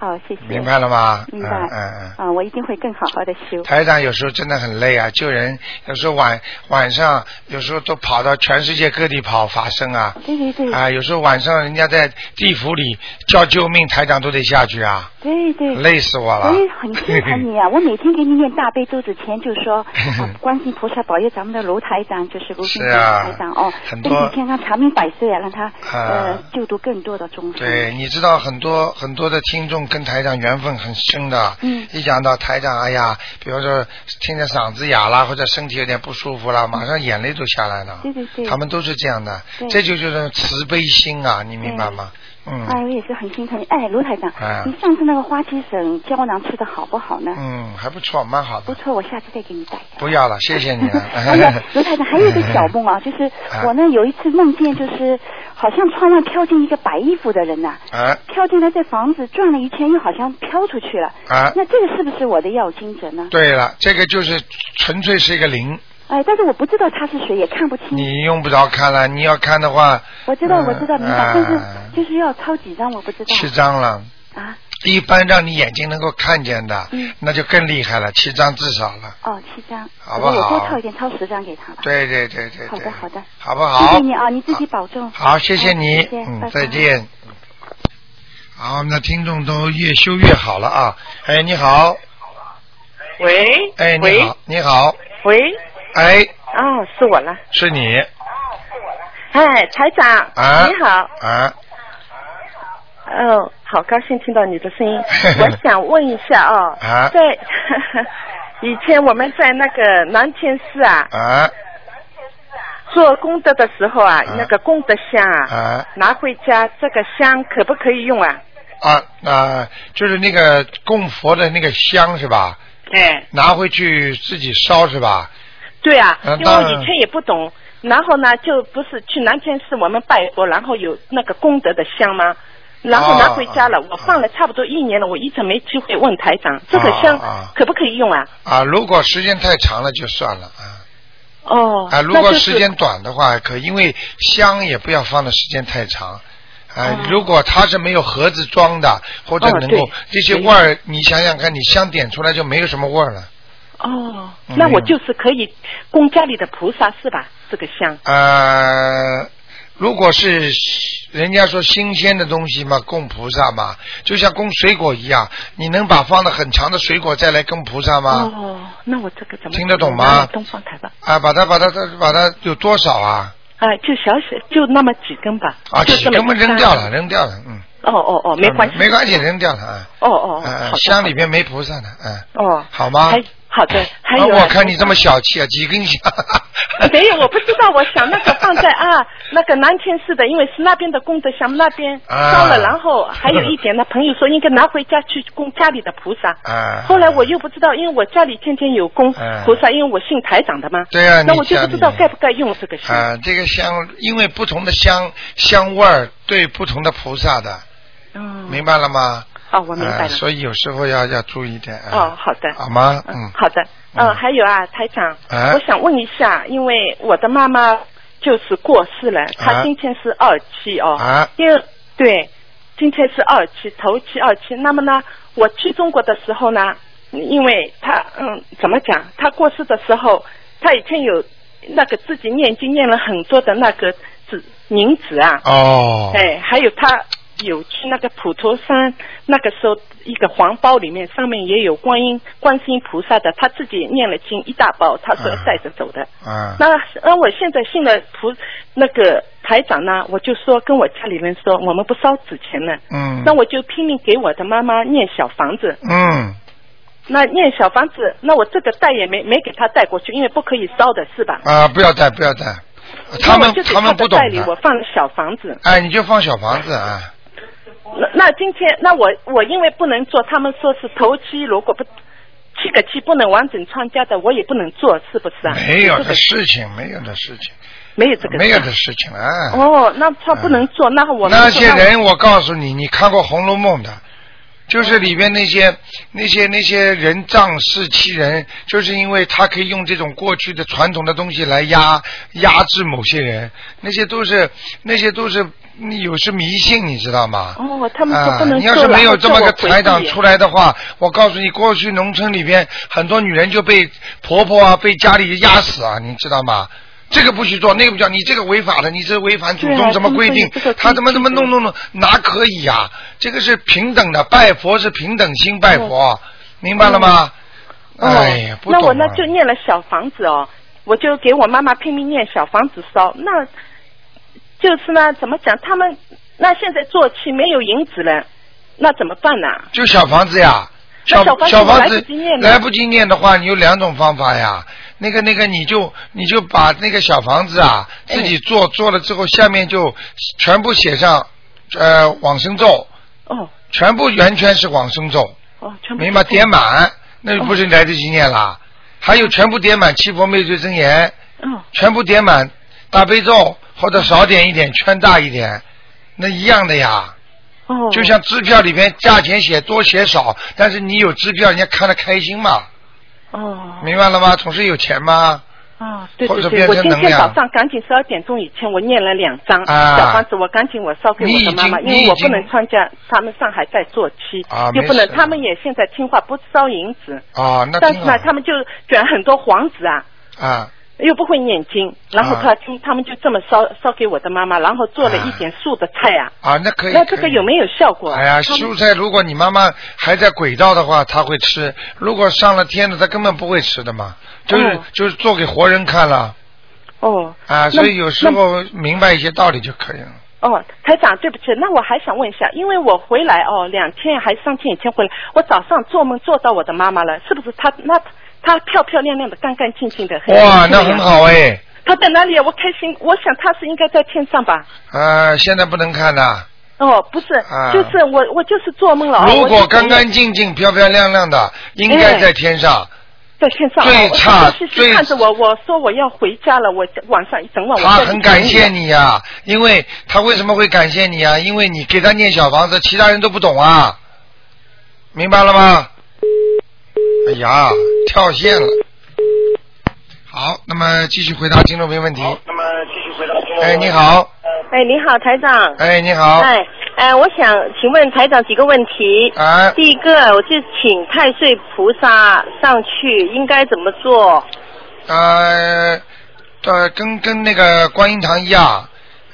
Speaker 9: 哦，谢谢。
Speaker 1: 明白了吗？
Speaker 9: 明
Speaker 1: 嗯
Speaker 9: 白
Speaker 1: 嗯嗯。
Speaker 9: 啊，我一定会更好好的修。
Speaker 1: 台长有时候真的很累啊，救人有时候晚晚上有时候都跑到全世界各地跑法生啊，
Speaker 9: 对对对，
Speaker 1: 啊，有时候晚上人家在地府里叫救命，台长都得下去啊，
Speaker 9: 对对。
Speaker 1: 累死我了
Speaker 9: 我。也哎很心疼你啊！我每天给你念大悲咒之前就说，啊、观世音菩萨保佑咱们的卢台长，就是卢
Speaker 1: 嗯是
Speaker 9: 台
Speaker 1: 啊
Speaker 9: 长、哦，
Speaker 1: 很
Speaker 9: 身
Speaker 1: 多
Speaker 9: 体健康，长命百岁啊，让他、
Speaker 1: [LAUGHS] 啊
Speaker 9: 呃救度更多的众生。
Speaker 1: 对，你知道很多很多的听众跟台长缘分很深的，
Speaker 9: 嗯
Speaker 1: 一讲到台长，哎呀，比方说听着嗓子哑啦，或者身体有点不舒服啦，马上眼泪都下来了，
Speaker 9: 对对对，
Speaker 1: 他们都是这样的，
Speaker 9: 嗯
Speaker 1: 这
Speaker 9: 对
Speaker 1: 就就是慈悲心啊，你明白吗？嗯，
Speaker 9: 哎，我也是很心疼你。哎，卢台长，
Speaker 1: 哎
Speaker 9: 你上次那个花旗参胶囊吃的好不好呢？
Speaker 1: 嗯，还不错，蛮好的。
Speaker 9: 不错，我下次再给你带。
Speaker 1: 不要了，谢谢你啊了。
Speaker 9: [LAUGHS] 哎呀，卢台长，还有一个小
Speaker 1: [LAUGHS]
Speaker 9: 梦
Speaker 1: 哎
Speaker 9: 啊，就是我呢有一次梦见，就是好像窗外飘进一个白衣服的人呐、
Speaker 1: 啊
Speaker 9: 飘进来在房子转了一圈，又好像飘出去了。
Speaker 1: 啊！
Speaker 9: 那这个是不是我的药精者呢？
Speaker 1: 对了，这个就是纯粹是一个灵，
Speaker 9: 哎，但是我不知道他是谁，也看不清。
Speaker 1: 你用不着看了。你要看的话，
Speaker 9: 我知道，
Speaker 1: 嗯
Speaker 9: 我知道，明
Speaker 1: 啊
Speaker 9: 白，但是就是要抄几张，我不知道。
Speaker 1: 七张了。
Speaker 9: 啊。
Speaker 1: 一般让你眼睛能够看见的，
Speaker 9: 嗯
Speaker 1: 那就更厉害了，七张至少了。
Speaker 9: 哦，七张。
Speaker 1: 好不好
Speaker 9: 我多抄一点，抄十张给他吧。
Speaker 1: 对对对对
Speaker 9: 好
Speaker 1: 对
Speaker 9: 的，，好的。
Speaker 1: 好不
Speaker 9: 谢
Speaker 1: 好
Speaker 9: 谢？你啊，你自己保重。
Speaker 1: 好，谢谢你
Speaker 9: 哎，谢谢拜
Speaker 1: 嗯，
Speaker 9: 拜
Speaker 1: 再见。好，我们的听众都越修越好了啊！哎，你好，
Speaker 10: 喂，
Speaker 1: 哎，你
Speaker 10: 喂
Speaker 1: 好，，你好，
Speaker 10: 喂，
Speaker 1: 哎，
Speaker 10: 哦，是我了，
Speaker 1: 是你
Speaker 10: 哎，台长，
Speaker 1: 啊？
Speaker 10: 你好，
Speaker 1: 啊，
Speaker 10: 哦，好高兴听到你的声音，我想问一下哦，
Speaker 1: 啊
Speaker 10: 在 [LAUGHS] 以前我们在那个南天寺啊
Speaker 1: 啊
Speaker 10: 做功德的时候啊，
Speaker 1: 啊
Speaker 10: 那个功德箱啊，
Speaker 1: 啊
Speaker 10: 拿回家这个香可不可以用啊？
Speaker 1: 啊啊！就是那个供佛的那个香是吧？
Speaker 10: 哎，
Speaker 1: 拿回去自己烧是吧？
Speaker 10: 对啊，
Speaker 1: 嗯
Speaker 10: 因为
Speaker 1: 当
Speaker 10: 我
Speaker 1: 然
Speaker 10: 以前也不懂，然后呢，就不是去南天寺我们拜佛，然后有那个功德的香吗？然后拿回家了，我放了差不多一年了，我一直没机会问台长，这个香
Speaker 1: 啊啊
Speaker 10: 可不可以用啊？
Speaker 1: 啊，如果时间太长了就算了啊
Speaker 10: 哦，
Speaker 1: 啊！如
Speaker 10: 那
Speaker 1: 果
Speaker 10: 就是
Speaker 1: 时间短的话还可以，因为香也不要放的时间太长。啊，如果它是没有盒子装的，或者
Speaker 10: 哦
Speaker 1: 能够
Speaker 10: 对
Speaker 1: 这些
Speaker 10: 没有
Speaker 1: 味儿，你想想看，你香点出来就没有什么味儿了。
Speaker 10: 哦，
Speaker 1: 嗯
Speaker 10: 那我就是可以供家里的菩萨是吧？这个香
Speaker 1: 呃，如果是人家说新鲜的东西嘛，供菩萨嘛，就像供水果一样，你能把放的很长的水果再来供菩萨吗？
Speaker 10: 哦，那我这个怎么
Speaker 1: 听得懂吗
Speaker 10: 东方台吧，
Speaker 1: 啊，把它把它把它有多少啊？
Speaker 10: 啊，就小小就那么几根吧，
Speaker 1: 啊，
Speaker 10: 就
Speaker 1: 几
Speaker 10: 哦这么
Speaker 1: 根本
Speaker 10: 一张
Speaker 1: 扔掉了，。扔掉了，嗯，
Speaker 10: 哦哦哦，没关系，
Speaker 1: 没关系，。扔掉了啊。
Speaker 10: 哦哦，好
Speaker 1: 嗯
Speaker 10: 的，
Speaker 1: 香里边没菩萨呢，嗯，
Speaker 10: 哦，
Speaker 1: 好吗？
Speaker 10: 还好的，还
Speaker 1: 啊
Speaker 10: 有、
Speaker 1: 我看你这么小气啊，几根香， [LAUGHS] 啊
Speaker 10: [LAUGHS] 没有，我不知道，我想那个放在啊，那个南天寺的，因为是那边的功德箱，那边
Speaker 1: 啊
Speaker 10: 烧了，然后还有一
Speaker 1: [LAUGHS]
Speaker 10: 点呢，朋友说应该拿回家去供家里的菩萨。
Speaker 1: 啊，
Speaker 10: 后来我又不知道，因为我家里天天有供
Speaker 1: 啊
Speaker 10: 菩萨，因为我信台长的嘛。
Speaker 1: 对啊
Speaker 10: 那
Speaker 1: 你
Speaker 10: 我就
Speaker 1: 家
Speaker 10: 不
Speaker 1: 里
Speaker 10: 知道该不该用这个香。
Speaker 1: 啊，这个香，因为不同的香香味儿对不同的菩萨的，
Speaker 10: 嗯，
Speaker 1: 明白了吗？
Speaker 10: 哦，我明白
Speaker 1: 呃
Speaker 10: 了。
Speaker 1: 所以有时候要要注意点
Speaker 10: 哦
Speaker 1: 啊，，
Speaker 10: 好的。
Speaker 1: 好吗？嗯，
Speaker 10: 好的，嗯、还有啊，台长，
Speaker 1: 哎
Speaker 10: 我想问一下，因为我的妈妈就是过世了，她
Speaker 1: 哎
Speaker 10: 今天是二期哦，
Speaker 1: 啊
Speaker 10: 因为对，今天是二期，头期二期。那么呢，我去中国的时候呢，因为她嗯，怎么讲？她过世的时候，她以前有那个自己念经念了很多的那个纸冥纸啊，
Speaker 1: 哦，
Speaker 10: 哎，还有她有去那个普陀山，那个时候一个黄包里面上面也有观音、观世音菩萨的，他自己念了经一大包，他是
Speaker 1: 嗯
Speaker 10: 带着走的。
Speaker 1: 啊
Speaker 10: 那那我现在信了菩那个台长呢，我就说跟我家里人说，我们不烧纸钱了。
Speaker 1: 嗯
Speaker 10: 那我就拼命给我的妈妈念小房子。
Speaker 1: 嗯
Speaker 10: 那念小房子，那我这个带也没没给他带过去，因为不可以烧的是吧？
Speaker 1: 啊，不要带，不要带，他
Speaker 10: 那
Speaker 1: 们
Speaker 10: 我就给
Speaker 1: 他们
Speaker 10: 的
Speaker 1: 不懂
Speaker 10: 袋里
Speaker 1: 的
Speaker 10: 我放了小房子。
Speaker 1: 哎，你就放小房子啊，
Speaker 10: 那那今天，那我我因为不能做，他们说是头七如果不七个七不能完整参加的，我也不能做，是不是啊？
Speaker 1: 没有
Speaker 10: 这
Speaker 1: 的
Speaker 10: 个
Speaker 1: 事情，没有的事情，
Speaker 10: 没有这个事
Speaker 1: 没有的事情啊。
Speaker 10: 哦，那他不能做，那我
Speaker 1: 嗯
Speaker 10: 们
Speaker 1: 那
Speaker 10: 就
Speaker 1: 些
Speaker 10: 让
Speaker 1: 人，我告诉你，你看过《红楼梦》的，就是里边那些那些那些人仗势欺人，就是因为他可以用这种过去的传统的东西来压压制某些人，那些都是那些都是你有是迷信，你知道吗？
Speaker 10: 哦，他们说
Speaker 1: 啊
Speaker 10: 不，能
Speaker 1: 你
Speaker 10: 做，
Speaker 1: 要是没有
Speaker 10: 然后
Speaker 1: 这
Speaker 10: 叫
Speaker 1: 么个
Speaker 10: 我回
Speaker 1: 台长
Speaker 10: 避
Speaker 1: 出来的话，我告诉你，过去农村里边很多女人就被婆婆啊、被家里压死啊，你知道吗？这个不许做，那个不叫你这个违法的，你这违反祖
Speaker 10: 对啊
Speaker 1: 宗什么规定
Speaker 10: 他们说有这个？
Speaker 1: 他怎么怎么弄弄弄？哪可以啊？这个是平等的，拜佛是平等心拜佛，明白了吗？
Speaker 10: 哦
Speaker 1: 哎呀，不
Speaker 10: 那
Speaker 1: 懂
Speaker 10: 我
Speaker 1: 啊！
Speaker 10: 那就念了小房子哦，我就给我妈妈拼命念小房子烧。那就是呢，怎么讲？他们那现在做期没有银子了，那怎么办呢、啊
Speaker 1: 就小房子呀，小
Speaker 10: 那小房子
Speaker 1: 小房
Speaker 10: 来
Speaker 1: 子
Speaker 10: 不及念吗
Speaker 1: 来不及念的话，你有两种方法呀。那个那个，你就你就把那个小房子啊，
Speaker 10: 哎
Speaker 1: 自己做做了之后，下面就全部写上呃往生咒，
Speaker 10: 哦
Speaker 1: 全部完全是往生咒，
Speaker 10: 哦，全部
Speaker 1: 明白？点
Speaker 10: 哦
Speaker 1: 满，那就不是来得及念啦。还有全部点满七佛灭罪真言，
Speaker 10: 哦
Speaker 1: 全部点满大悲咒，或者少点一点，圈大一点，那一样的呀。
Speaker 10: 哦，
Speaker 1: 就像支票里面价钱写多写少，但是你有支票，人家看得开心嘛，
Speaker 10: 哦
Speaker 1: 明白了吗？总是有钱吗？
Speaker 10: 哦，对
Speaker 1: 或
Speaker 10: 对
Speaker 1: 者
Speaker 10: 对，我
Speaker 1: 变成
Speaker 10: 今
Speaker 1: 能
Speaker 10: 天
Speaker 1: 量
Speaker 10: 早上赶紧十二点钟以前我念了两张、
Speaker 1: 啊
Speaker 10: 小房子，我赶紧我烧给我的妈妈，
Speaker 1: 你已
Speaker 10: 因
Speaker 1: 经你已
Speaker 10: 为我不
Speaker 1: 经
Speaker 10: 能参加他们上海在做期，
Speaker 1: 啊
Speaker 10: 又不能
Speaker 1: 没事
Speaker 10: 他们也现在听话不烧银子，
Speaker 1: 啊，那
Speaker 10: 但
Speaker 1: 挺
Speaker 10: 是
Speaker 1: 好
Speaker 10: 呢他们就卷很多黄纸啊。
Speaker 1: 啊
Speaker 10: 又不会念经，然后他听他们就这么烧烧给我的妈妈，然后做了一点素的菜啊，
Speaker 1: 啊，那可以。
Speaker 10: 那这
Speaker 1: 可
Speaker 10: 个
Speaker 1: 以
Speaker 10: 有没有效果？
Speaker 1: 哎呀，
Speaker 10: 他们
Speaker 1: 蔬菜，如果你妈妈还在轨道的话，她会吃；如果上了天了，她根本不会吃的嘛。就是、
Speaker 10: 嗯
Speaker 1: 就是做给活人看了
Speaker 10: 哦
Speaker 1: 啊，
Speaker 10: 那
Speaker 1: 所以有时候明白一些道理就可以了。
Speaker 10: 哦，台长，对不起，那我还想问一下，因为我回来哦，两天还三天以前回来，我早上做梦做到我的妈妈了，是不是她那她漂漂亮亮的，干干净净的，很
Speaker 1: 哇，
Speaker 10: 干净的
Speaker 1: 那
Speaker 10: 样
Speaker 1: 很
Speaker 10: 子。
Speaker 1: 好哎。
Speaker 10: 她在哪里啊？我开心，我想她是应该在天上吧？
Speaker 1: 啊，现在不能看了。
Speaker 10: 哦，不是，
Speaker 1: 啊
Speaker 10: 就是我我就是做梦了哦。
Speaker 1: 如
Speaker 10: 我
Speaker 1: 果
Speaker 10: 就
Speaker 1: 干干净净、漂漂亮亮的，应该
Speaker 10: 哎
Speaker 1: 在天上。
Speaker 10: 在线上啊，
Speaker 1: 最
Speaker 10: 我
Speaker 1: 差
Speaker 10: 我是
Speaker 1: 最
Speaker 10: 看着我，我说我要回家了，我晚上一整晚我
Speaker 1: 他
Speaker 10: 在
Speaker 1: 很
Speaker 10: 家
Speaker 1: 感
Speaker 10: 里
Speaker 1: 谢你呀、因为他为什么会感谢你呀、因为你给他念小房子，其他人都不懂啊，明白了吗？哎呀，跳线了。好，那么继续回答听众朋友问题。那么继续回答哎，你好，
Speaker 11: 哎，你好，台长。
Speaker 1: 哎，你好，
Speaker 11: 哎，哎，我想请问台长几个问题。
Speaker 1: 啊
Speaker 11: 第一个，我就请太岁菩萨上去，应该怎么做？
Speaker 1: 呃，呃，跟跟那个观音堂一样，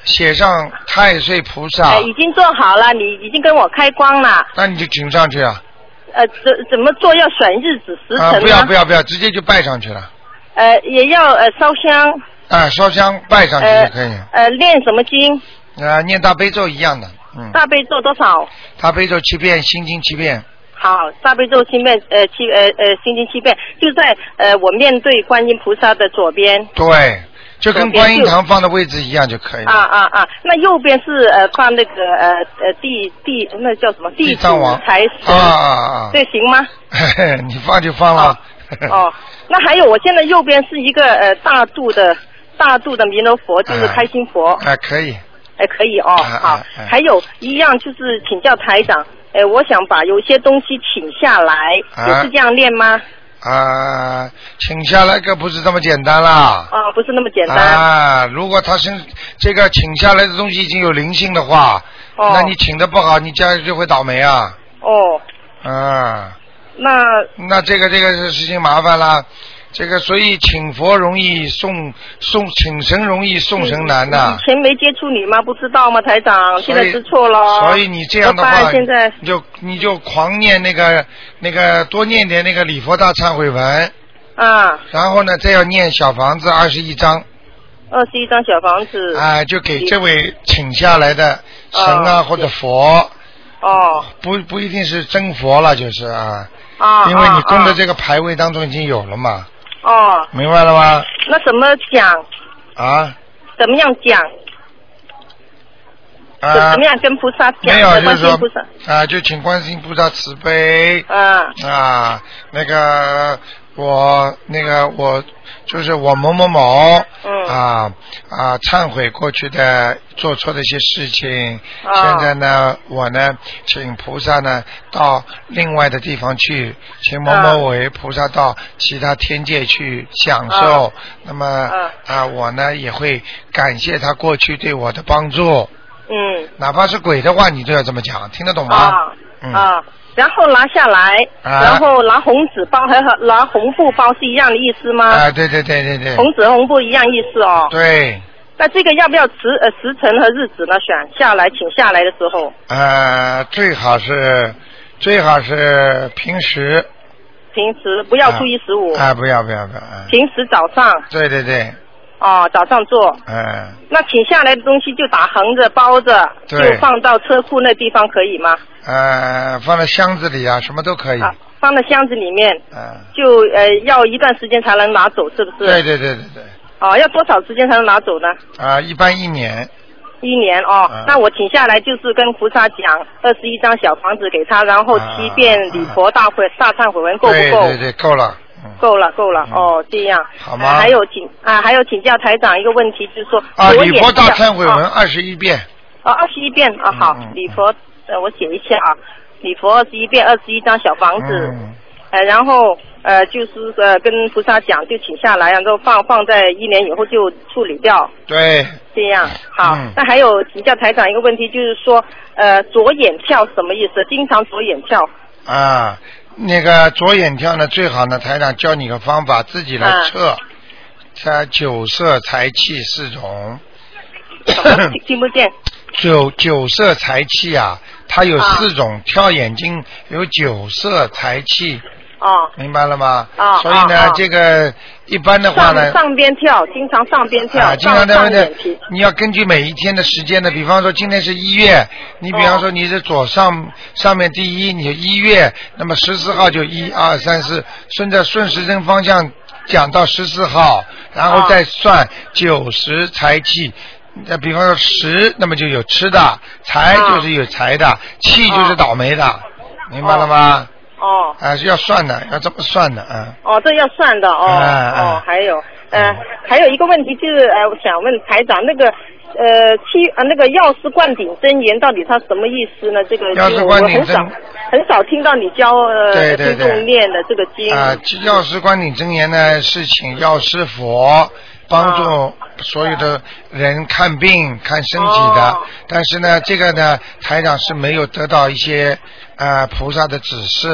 Speaker 1: 写上太岁菩萨
Speaker 11: 哎，，已经做好了，你已经跟我开光了。
Speaker 1: 那你就请上去啊，
Speaker 11: 呃，怎怎么做？要选日子时辰吗？
Speaker 1: 啊，不要不要不要，直接就拜上去了，
Speaker 11: 呃，也要呃烧香，
Speaker 1: 啊，烧香拜上去就可以了。
Speaker 11: 呃，念什么经？
Speaker 1: 啊，念大悲咒一样的，嗯，
Speaker 11: 大悲咒多少？
Speaker 1: 大悲咒七遍，心经七遍，
Speaker 11: 好，大悲咒七遍，呃七呃呃心经七遍，就在呃我面对观音菩萨的左边。
Speaker 1: 对，就跟
Speaker 11: 左边
Speaker 1: 观音
Speaker 11: 就
Speaker 1: 堂放的位置一样就可以了。
Speaker 11: 啊啊啊！那右边是呃放那个呃呃地地那叫什么地
Speaker 1: 地藏王
Speaker 11: 主财神
Speaker 1: 啊啊嗯啊
Speaker 11: 这行吗？
Speaker 1: [LAUGHS] 你放就放了， [LAUGHS]
Speaker 11: 哦，那还有我现在右边是一个呃大肚的大肚的弥勒佛，就是
Speaker 1: 哎
Speaker 11: 开心佛，哎、
Speaker 1: 哎，可以，
Speaker 11: 可以哦，好。
Speaker 1: 哎哎
Speaker 11: 还有一样就是请教台长，哎、我想把有些东西请下来，
Speaker 1: 哎
Speaker 11: 也是这样练吗？
Speaker 1: 啊，请下来可不是这么简单啦。
Speaker 11: 啊，不是那么简单。
Speaker 1: 啊，如果他身这个请下来的东西已经有灵性的话，
Speaker 11: 哦
Speaker 1: 那你请的不好，你家就会倒霉啊。
Speaker 11: 哦，
Speaker 1: 啊，
Speaker 11: 那
Speaker 1: 那这个这个是事情麻烦啦。这个所以请佛容易送送，请神容易送神难呐、
Speaker 11: 以前没接触你吗？不知道吗，台长？嗯现在知错了。
Speaker 1: 所以你这样的
Speaker 11: 怎么
Speaker 1: 话，
Speaker 11: 办现在
Speaker 1: 你就你就狂念那个那个多念点那个礼佛大忏悔文，
Speaker 11: 啊，
Speaker 1: 然后呢再要念小房子二十一章，
Speaker 11: 二十一张小房子。
Speaker 1: 啊、就给这位请下来的神啊、或者佛，
Speaker 11: 哦，
Speaker 1: 不不一定是真佛了，就是啊，
Speaker 11: 啊，
Speaker 1: 因为你供的
Speaker 11: 啊
Speaker 1: 这个牌位当中已经有了嘛，
Speaker 11: 啊哦，
Speaker 1: 明白了吗？
Speaker 11: 那怎么讲？
Speaker 1: 啊
Speaker 11: 怎么样讲？
Speaker 1: 啊
Speaker 11: 怎么，样跟菩萨讲？
Speaker 1: 没有，就是
Speaker 11: 观世音
Speaker 1: 说
Speaker 11: 菩萨。
Speaker 1: 啊，就请观世音菩萨慈悲。
Speaker 11: 啊。
Speaker 1: 啊，那个我那个我就是我某某某。
Speaker 11: 嗯
Speaker 1: 啊啊，忏悔过去的做错的一些事情。
Speaker 11: 啊
Speaker 1: 现在呢，我呢，请菩萨呢到另外的地方去，请某某为菩萨到其他天界去享受。
Speaker 11: 啊
Speaker 1: 那么啊我呢也会感谢他过去对我的帮助。
Speaker 11: 嗯。
Speaker 1: 哪怕是鬼的话，你都要这么讲，听得懂吗？
Speaker 11: 啊
Speaker 1: 嗯
Speaker 11: 啊，然后拿下来，
Speaker 1: 啊
Speaker 11: 然后拿红纸包和和拿红布包是一样的意思吗？
Speaker 1: 啊，对对对对对，
Speaker 11: 红纸红布一样意思哦。
Speaker 1: 对，
Speaker 11: 那这个要不要时呃时辰和日子呢？选下来，请下来的时候，
Speaker 1: 呃，最好是最好是平时
Speaker 11: 平时不要
Speaker 1: 啊
Speaker 11: 初一十五，
Speaker 1: 啊，不要不要不要，啊，
Speaker 11: 平时早上
Speaker 1: 对对对，
Speaker 11: 哦早上做。
Speaker 1: 嗯、
Speaker 11: 那请下来的东西就打横着包着，就
Speaker 1: 对
Speaker 11: 放到车库那地方可以吗？
Speaker 1: 呃，放在箱子里啊，什么都可以，嗯、
Speaker 11: 放到箱子里面，就呃要一段时间才能拿走，是不是？
Speaker 1: 对对对对对，
Speaker 11: 哦，要多少时间才能拿走呢？
Speaker 1: 啊，一般一年，
Speaker 11: 一年哦，
Speaker 1: 嗯
Speaker 11: 那我请下来就是跟菩萨讲，二十一张小房子给他，然后七遍礼佛大会、大忏悔文够
Speaker 1: 啊
Speaker 11: 不
Speaker 1: 对
Speaker 11: 够？
Speaker 1: 对对，够了，
Speaker 11: 够了，够了、哦，这样
Speaker 1: 好吗
Speaker 11: 呃还有请啊，还有请教台长一个问题，就是说
Speaker 1: 啊，
Speaker 11: 我
Speaker 1: 礼佛
Speaker 11: 也
Speaker 1: 大
Speaker 11: 是
Speaker 1: 忏悔文嗯二十一遍，
Speaker 11: 哦，二十一遍啊，好，礼佛呃，我写一下啊，礼佛二十一遍，二十一张小房子，
Speaker 1: 嗯，
Speaker 11: 呃，然后呃，就是呃跟菩萨讲，就请下来，然后放放在一年以后就处理掉。
Speaker 1: 对，
Speaker 11: 这样好，
Speaker 1: 嗯
Speaker 11: 那还有请教台长一个问题，就是说，呃，左眼跳什么意思？经常左眼跳
Speaker 1: 啊，那个左眼跳呢，最好呢，台长教你个方法，自己
Speaker 11: 啊
Speaker 1: 来测，它九色财气四种。
Speaker 11: 听不见？
Speaker 1: [COUGHS] 九九色财气啊，它有
Speaker 11: 啊
Speaker 1: 四种，跳眼睛有九色财气，
Speaker 11: 哦，
Speaker 1: 明白了吗？
Speaker 11: 啊
Speaker 1: 所以呢，
Speaker 11: 啊啊
Speaker 1: 这个一般的话呢
Speaker 11: 上，上边跳，经常上边跳，
Speaker 1: 啊，经常在
Speaker 11: 上
Speaker 1: 问
Speaker 11: 上
Speaker 1: 的
Speaker 11: 眼皮，
Speaker 1: 你要根据每一天的时间的，比方说今天是一月，你比
Speaker 11: 哦
Speaker 1: 方说你是左上上面第一，你就一月，那么十四号就一二三四，顺着顺时针方向讲到十四号，然
Speaker 11: 哦
Speaker 1: 后再算九十财气。那比方说十，那么就有吃的，财
Speaker 11: 哦
Speaker 1: 就是有财的，气就是倒霉的，明白了吗？
Speaker 11: 哦
Speaker 1: 啊，是要算的，要这么算的啊。
Speaker 11: 哦，这要算的哦、
Speaker 1: 哎哎
Speaker 11: 哦，还有呃，还有一个问题就是呃，我想问台长那个。呃，七呃那个药师灌顶真言到底它什么意思呢？这个
Speaker 1: 药师
Speaker 11: 经我
Speaker 1: 灌顶
Speaker 11: 很少
Speaker 1: 真
Speaker 11: 很少听到你教呃
Speaker 1: 对对对
Speaker 11: 听众念的这个经
Speaker 1: 啊，这药师观顶真言呢，是请药师佛帮
Speaker 11: 哦
Speaker 1: 助所有的人看病、看身体的。
Speaker 11: 哦
Speaker 1: 但是呢，这个呢，台长是没有得到一些呃菩萨的指示，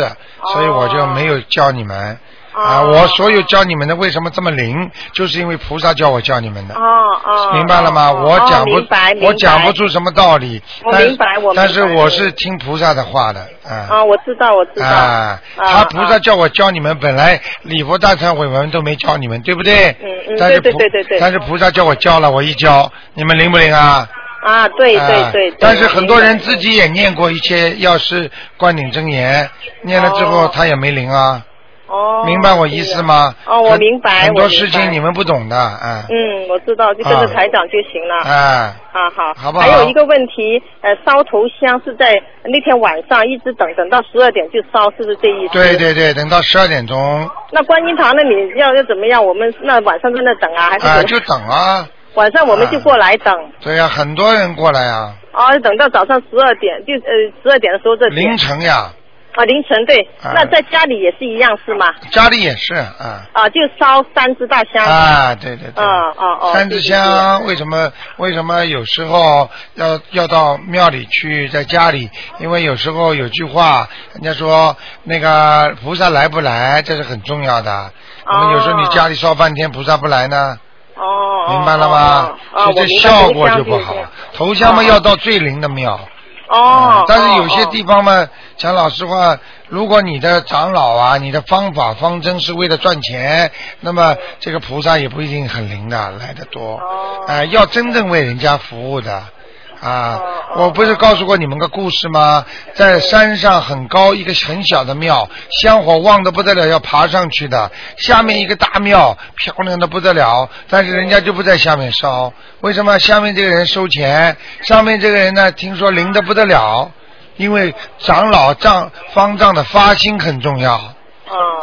Speaker 1: 所以我就没有教你们。啊，
Speaker 11: 哦
Speaker 1: 我所有教你们的为什么这么灵，就是因为菩萨教我教你们的。
Speaker 11: 哦哦，
Speaker 1: 明白了吗？
Speaker 11: 哦
Speaker 1: 我讲不
Speaker 11: 明白，明白
Speaker 1: 我讲不出什么道理。
Speaker 11: 我
Speaker 1: 但
Speaker 11: 明白我
Speaker 1: 但
Speaker 11: 明
Speaker 1: 是
Speaker 11: 白
Speaker 1: 我是听菩萨的话的啊。
Speaker 11: 啊，我知道，我知道。
Speaker 1: 啊，他菩萨叫我教你们，本来礼佛大忏悔文都没教你们，对不对？
Speaker 11: 嗯嗯
Speaker 1: 但是
Speaker 11: 对
Speaker 1: 菩
Speaker 11: 对对对对
Speaker 1: 但是菩萨叫我教了，我一教，你们灵不灵啊？
Speaker 11: 啊，对
Speaker 1: 啊
Speaker 11: 对对。对
Speaker 1: 但是很多人自己也念过一些药师灌顶真言，念了之后他也没灵啊。
Speaker 11: 哦，
Speaker 1: 明白我意思吗？
Speaker 11: 哦，我
Speaker 1: 很
Speaker 11: 明白，
Speaker 1: 很
Speaker 11: 我
Speaker 1: 多
Speaker 11: 明
Speaker 1: 事
Speaker 11: 白
Speaker 1: 情你们不懂的啊。
Speaker 11: 嗯，我知道，就跟着
Speaker 1: 啊
Speaker 11: 台长就行了。
Speaker 1: 啊，
Speaker 11: 啊，好，
Speaker 1: 好不好
Speaker 11: 还有一个问题，呃，烧头香是在那天晚上一直等，等到十二点就烧，是不是这意思？
Speaker 1: 对。对对，等到十二点钟啊
Speaker 11: 那观音堂那里要要怎么样？我们那晚上在那等啊，还是怎么
Speaker 1: 啊
Speaker 11: 样？
Speaker 1: 就等啊，
Speaker 11: 晚上我们就过来等，
Speaker 1: 对呀，很多人过来啊，
Speaker 11: 啊，等到早上十二点，就呃十二点的时候这
Speaker 1: 凌晨呀。
Speaker 11: 啊，凌晨对，
Speaker 1: 啊
Speaker 11: 那在家里也是一样是吗？
Speaker 1: 家里也是啊。
Speaker 11: 啊，就烧三支大香。
Speaker 1: 啊，对对对。
Speaker 11: 啊哦哦。
Speaker 1: 三支香为什么为什么有时候要要到庙里去，在家里？因为有时候有句话，人家说那个菩萨来不来，这是很重要的。那么有时候你家里烧半天，菩萨不来呢？
Speaker 11: 哦。
Speaker 1: 明白了吗？所
Speaker 11: 哦
Speaker 1: 以
Speaker 11: 我
Speaker 1: 这
Speaker 11: 明白
Speaker 1: 效果就不
Speaker 11: 头香
Speaker 1: 好
Speaker 11: 对对。
Speaker 1: 头香嘛，
Speaker 11: 哦
Speaker 1: 要到最灵的庙。
Speaker 11: 哦。
Speaker 1: 嗯但是有些
Speaker 11: 哦
Speaker 1: 地方嘛，讲老实话，如果你的长老啊，你的方法方针是为了赚钱，那么这个菩萨也不一定很灵的来得多。哦。哎、要真正为人家服务的。啊，
Speaker 11: 哦
Speaker 1: 我不是告诉过你们个故事吗？在山上很
Speaker 11: 嗯
Speaker 1: 高一个很小的庙，香火旺的不得了，要爬上去的。下面一个大庙，漂亮的不得了，但是人家就不在下面烧，为什么？下面这个人收钱，上面这个人呢，听说灵的不得了，因为长老丈方丈的发心很重要。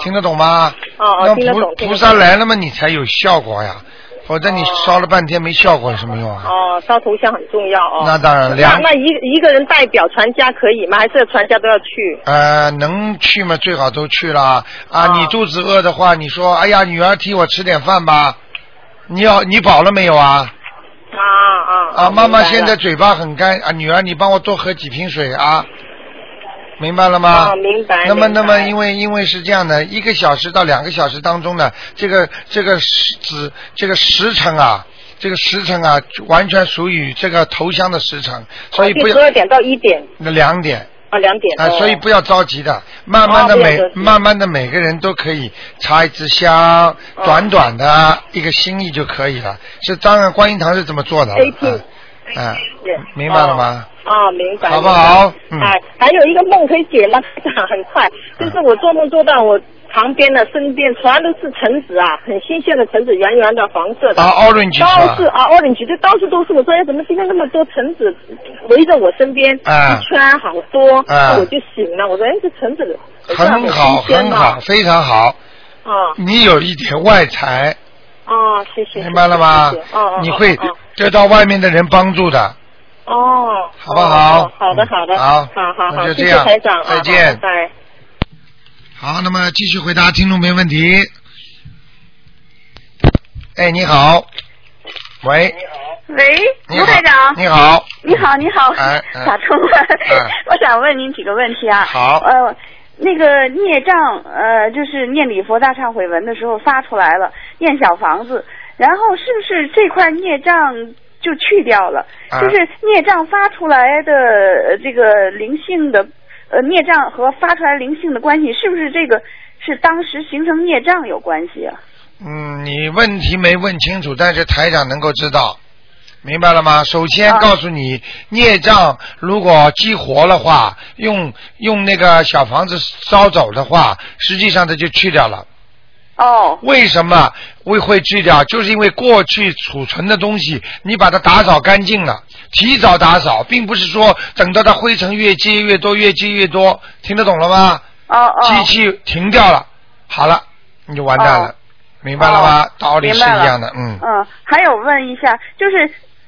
Speaker 1: 听得懂吗？
Speaker 11: 哦
Speaker 1: 那
Speaker 11: 哦，听得懂，哦
Speaker 1: 菩
Speaker 11: 听
Speaker 1: 菩
Speaker 11: 得
Speaker 1: 萨
Speaker 11: 懂。
Speaker 1: 来了嘛，你才有效果呀，否则你烧了半天没效果有什么用啊？
Speaker 11: 哦，烧头香很重要哦。
Speaker 1: 那当然
Speaker 11: 那
Speaker 1: 两
Speaker 11: 那一一个人代表传家可以吗？还是传家都要去？
Speaker 1: 呃，能去嘛，最好都去了啊！你肚子饿的话，你说，哎呀，女儿替我吃点饭吧。你要你饱了没有啊？啊啊！啊，妈妈现在嘴巴很干啊，女儿你帮我多喝几瓶水啊。明白了吗？
Speaker 11: 哦明白
Speaker 1: 那么，
Speaker 11: 明白
Speaker 1: 那么，因为因为是这样的，一个小时到两个小时当中呢，这个这个时子这个时辰啊，这个时辰啊，完全属于这个头香的时辰，所以不
Speaker 11: 哦就
Speaker 1: 要
Speaker 11: 十二点到一点
Speaker 1: 那两点。
Speaker 11: 啊，两点。
Speaker 1: 啊，
Speaker 11: 哦
Speaker 1: 所以不要着急的，慢慢的
Speaker 11: 哦不要
Speaker 1: 每、
Speaker 11: 着急
Speaker 1: 慢慢的每个人都可以插一支
Speaker 11: 哦
Speaker 1: 香，短短的一个心意就可以了。是当然，观音堂是这么做的了。
Speaker 11: 18
Speaker 1: 嗯、啊
Speaker 11: 对
Speaker 1: 明白了吗？
Speaker 11: 哦，明白，
Speaker 1: 好不好嗯
Speaker 11: 明白哎，还有一个梦可以解吗？ [LAUGHS] 很快，就是我做梦做到我旁边的身边全都是橙子啊，很新鲜的橙子，圆圆的黄色的。
Speaker 1: 啊，orange 是吧
Speaker 11: 到处啊，orange，这到处都是。我说，哎，怎么今天那么多橙子围着我身边、
Speaker 1: 啊
Speaker 11: 一圈，好多。
Speaker 1: 啊
Speaker 11: 那我就醒了，我说，哎，这橙子
Speaker 1: 很好，很好，。非常好。
Speaker 11: 啊啊
Speaker 1: 你有一点外财，，
Speaker 11: 哦谢谢。
Speaker 1: 明白了吗
Speaker 11: 谢谢谢谢哦哦，
Speaker 1: 你会
Speaker 11: 哦
Speaker 1: 得到外面的人帮助的。
Speaker 11: 哦，哦
Speaker 1: 好不好嗯
Speaker 11: 哦好的，好的，
Speaker 1: 好
Speaker 11: 好好
Speaker 1: 那
Speaker 11: 好，
Speaker 1: 就
Speaker 11: 谢
Speaker 1: 这
Speaker 11: 谢
Speaker 1: 样
Speaker 11: 台长啊，
Speaker 1: 再见
Speaker 4: 哦
Speaker 11: 好拜拜。
Speaker 1: 好，那么继续回答听众没问题。哎，你好，喂，
Speaker 12: 喂，
Speaker 1: 你
Speaker 12: 卢
Speaker 1: 好
Speaker 12: 台长，
Speaker 1: 你好，
Speaker 12: 你好，你好，
Speaker 1: 哎哎
Speaker 12: [LAUGHS] 打通了、
Speaker 1: 哎
Speaker 12: [LAUGHS] 我想问您几个问题啊。
Speaker 1: 好
Speaker 12: 呃，那个孽障，呃，就是念礼佛大忏悔文的时候发出来了，念小房子，然后是不是这块孽障就去掉了？
Speaker 4: 啊
Speaker 12: 就是孽障发出来的呃这个灵性的，呃，孽障和发出来灵性的关系，是不是这个是当时形成孽障有关系啊？
Speaker 1: 嗯，你问题没问清楚，但是台长能够知道，明白了吗？首先
Speaker 12: 啊
Speaker 1: 告诉你，孽障如果激活的话，用用那个小房子烧走的话，实际上它就去掉了。
Speaker 12: 哦。
Speaker 1: 为什么会会去掉？就是因为过去储存的东西，你把它打扫干净了，提早打扫，并不是说等到它灰尘越积越多，越积越多，听得懂了吗？
Speaker 12: 哦哦。
Speaker 1: 机器停掉了，好了，你就完蛋了。
Speaker 12: 哦
Speaker 1: 明白了吗？
Speaker 12: 哦
Speaker 1: 道理是一样的，嗯
Speaker 12: 明白。了嗯，还有问一下，就是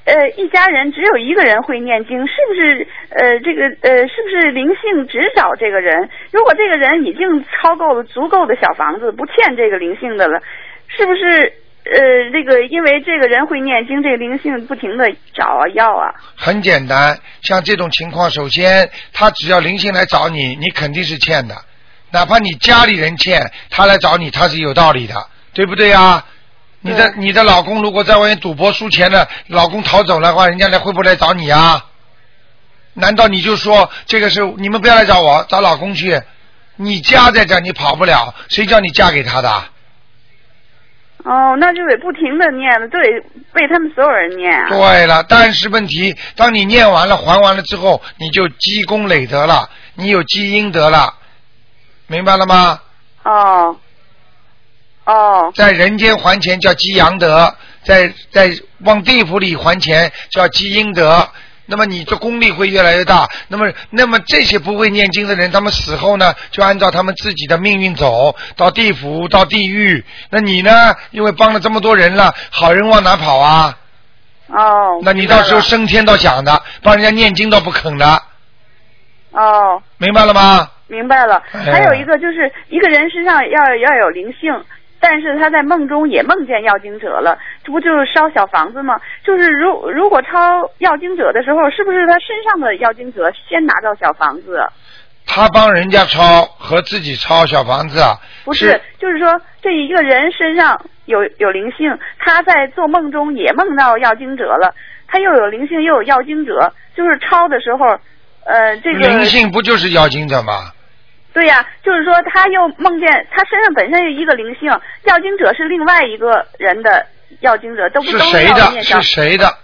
Speaker 12: 呃，一家人只有一个人会念经，是不是？呃，这个呃，是不是灵性只找这个人？如果这个人已经超够了足够的小房子，不欠这个灵性的了，是不是？呃，这个因为这个人会念经，这个灵性不停的找啊要啊。
Speaker 1: 很简单，像这种情况，首先他只要灵性来找你，你肯定是欠的，哪怕你家里人欠，他来找你，他是有道理的，对不对啊？你的你的老公如果在外面赌博输钱了，老公逃走了的话，人家来会不会来找你啊？难道你就说这个是你们不要来找我，找老公去？你家在这儿，你跑不了，谁叫你嫁给他的？
Speaker 12: 哦，那就得不停的念了，就得为他们所有人念啊。
Speaker 1: 对了，但是问题，当你念完了、还完了之后，你就积功累德了，你有积阴德了，明白了吗？
Speaker 12: 哦，哦，
Speaker 1: 在人间还钱叫积阳德，在在往地府里还钱叫积阴德。那么你的功力会越来越大，那么那么这些不会念经的人，他们死后呢，就按照他们自己的命运走，到地府，到地狱。那你呢？因为帮了这么多人了，好人往哪跑啊？
Speaker 12: 哦。
Speaker 1: 那你到时候
Speaker 12: 明
Speaker 1: 升天倒想的，帮人家念经倒不肯的，
Speaker 12: 白了哦，
Speaker 1: 明白了吗？
Speaker 12: 明白了。
Speaker 1: 哎
Speaker 12: 还有一个就是一个人身上要要有灵性，但是他在梦中也梦见要经者了，这不就是烧小房子吗？就是如如果抄要经者的时候，是不是他身上的要经者先拿到小房子？
Speaker 1: 他帮人家抄和自己抄小房子啊，
Speaker 12: 不是，就是说这一个人身上有有灵性，他在做梦中也梦到要经者了，他又有灵性又有要经者，就是抄的时候，呃，这个
Speaker 1: 灵性不就是妖精者吗？
Speaker 12: 对呀、就是说他又梦见他身上本身是一个灵性，要经者是另外一个人的要经者，都不
Speaker 1: 是
Speaker 12: 都
Speaker 1: 谁
Speaker 12: 要
Speaker 1: 的？
Speaker 12: 念
Speaker 1: 是
Speaker 12: 小。
Speaker 1: 谁的？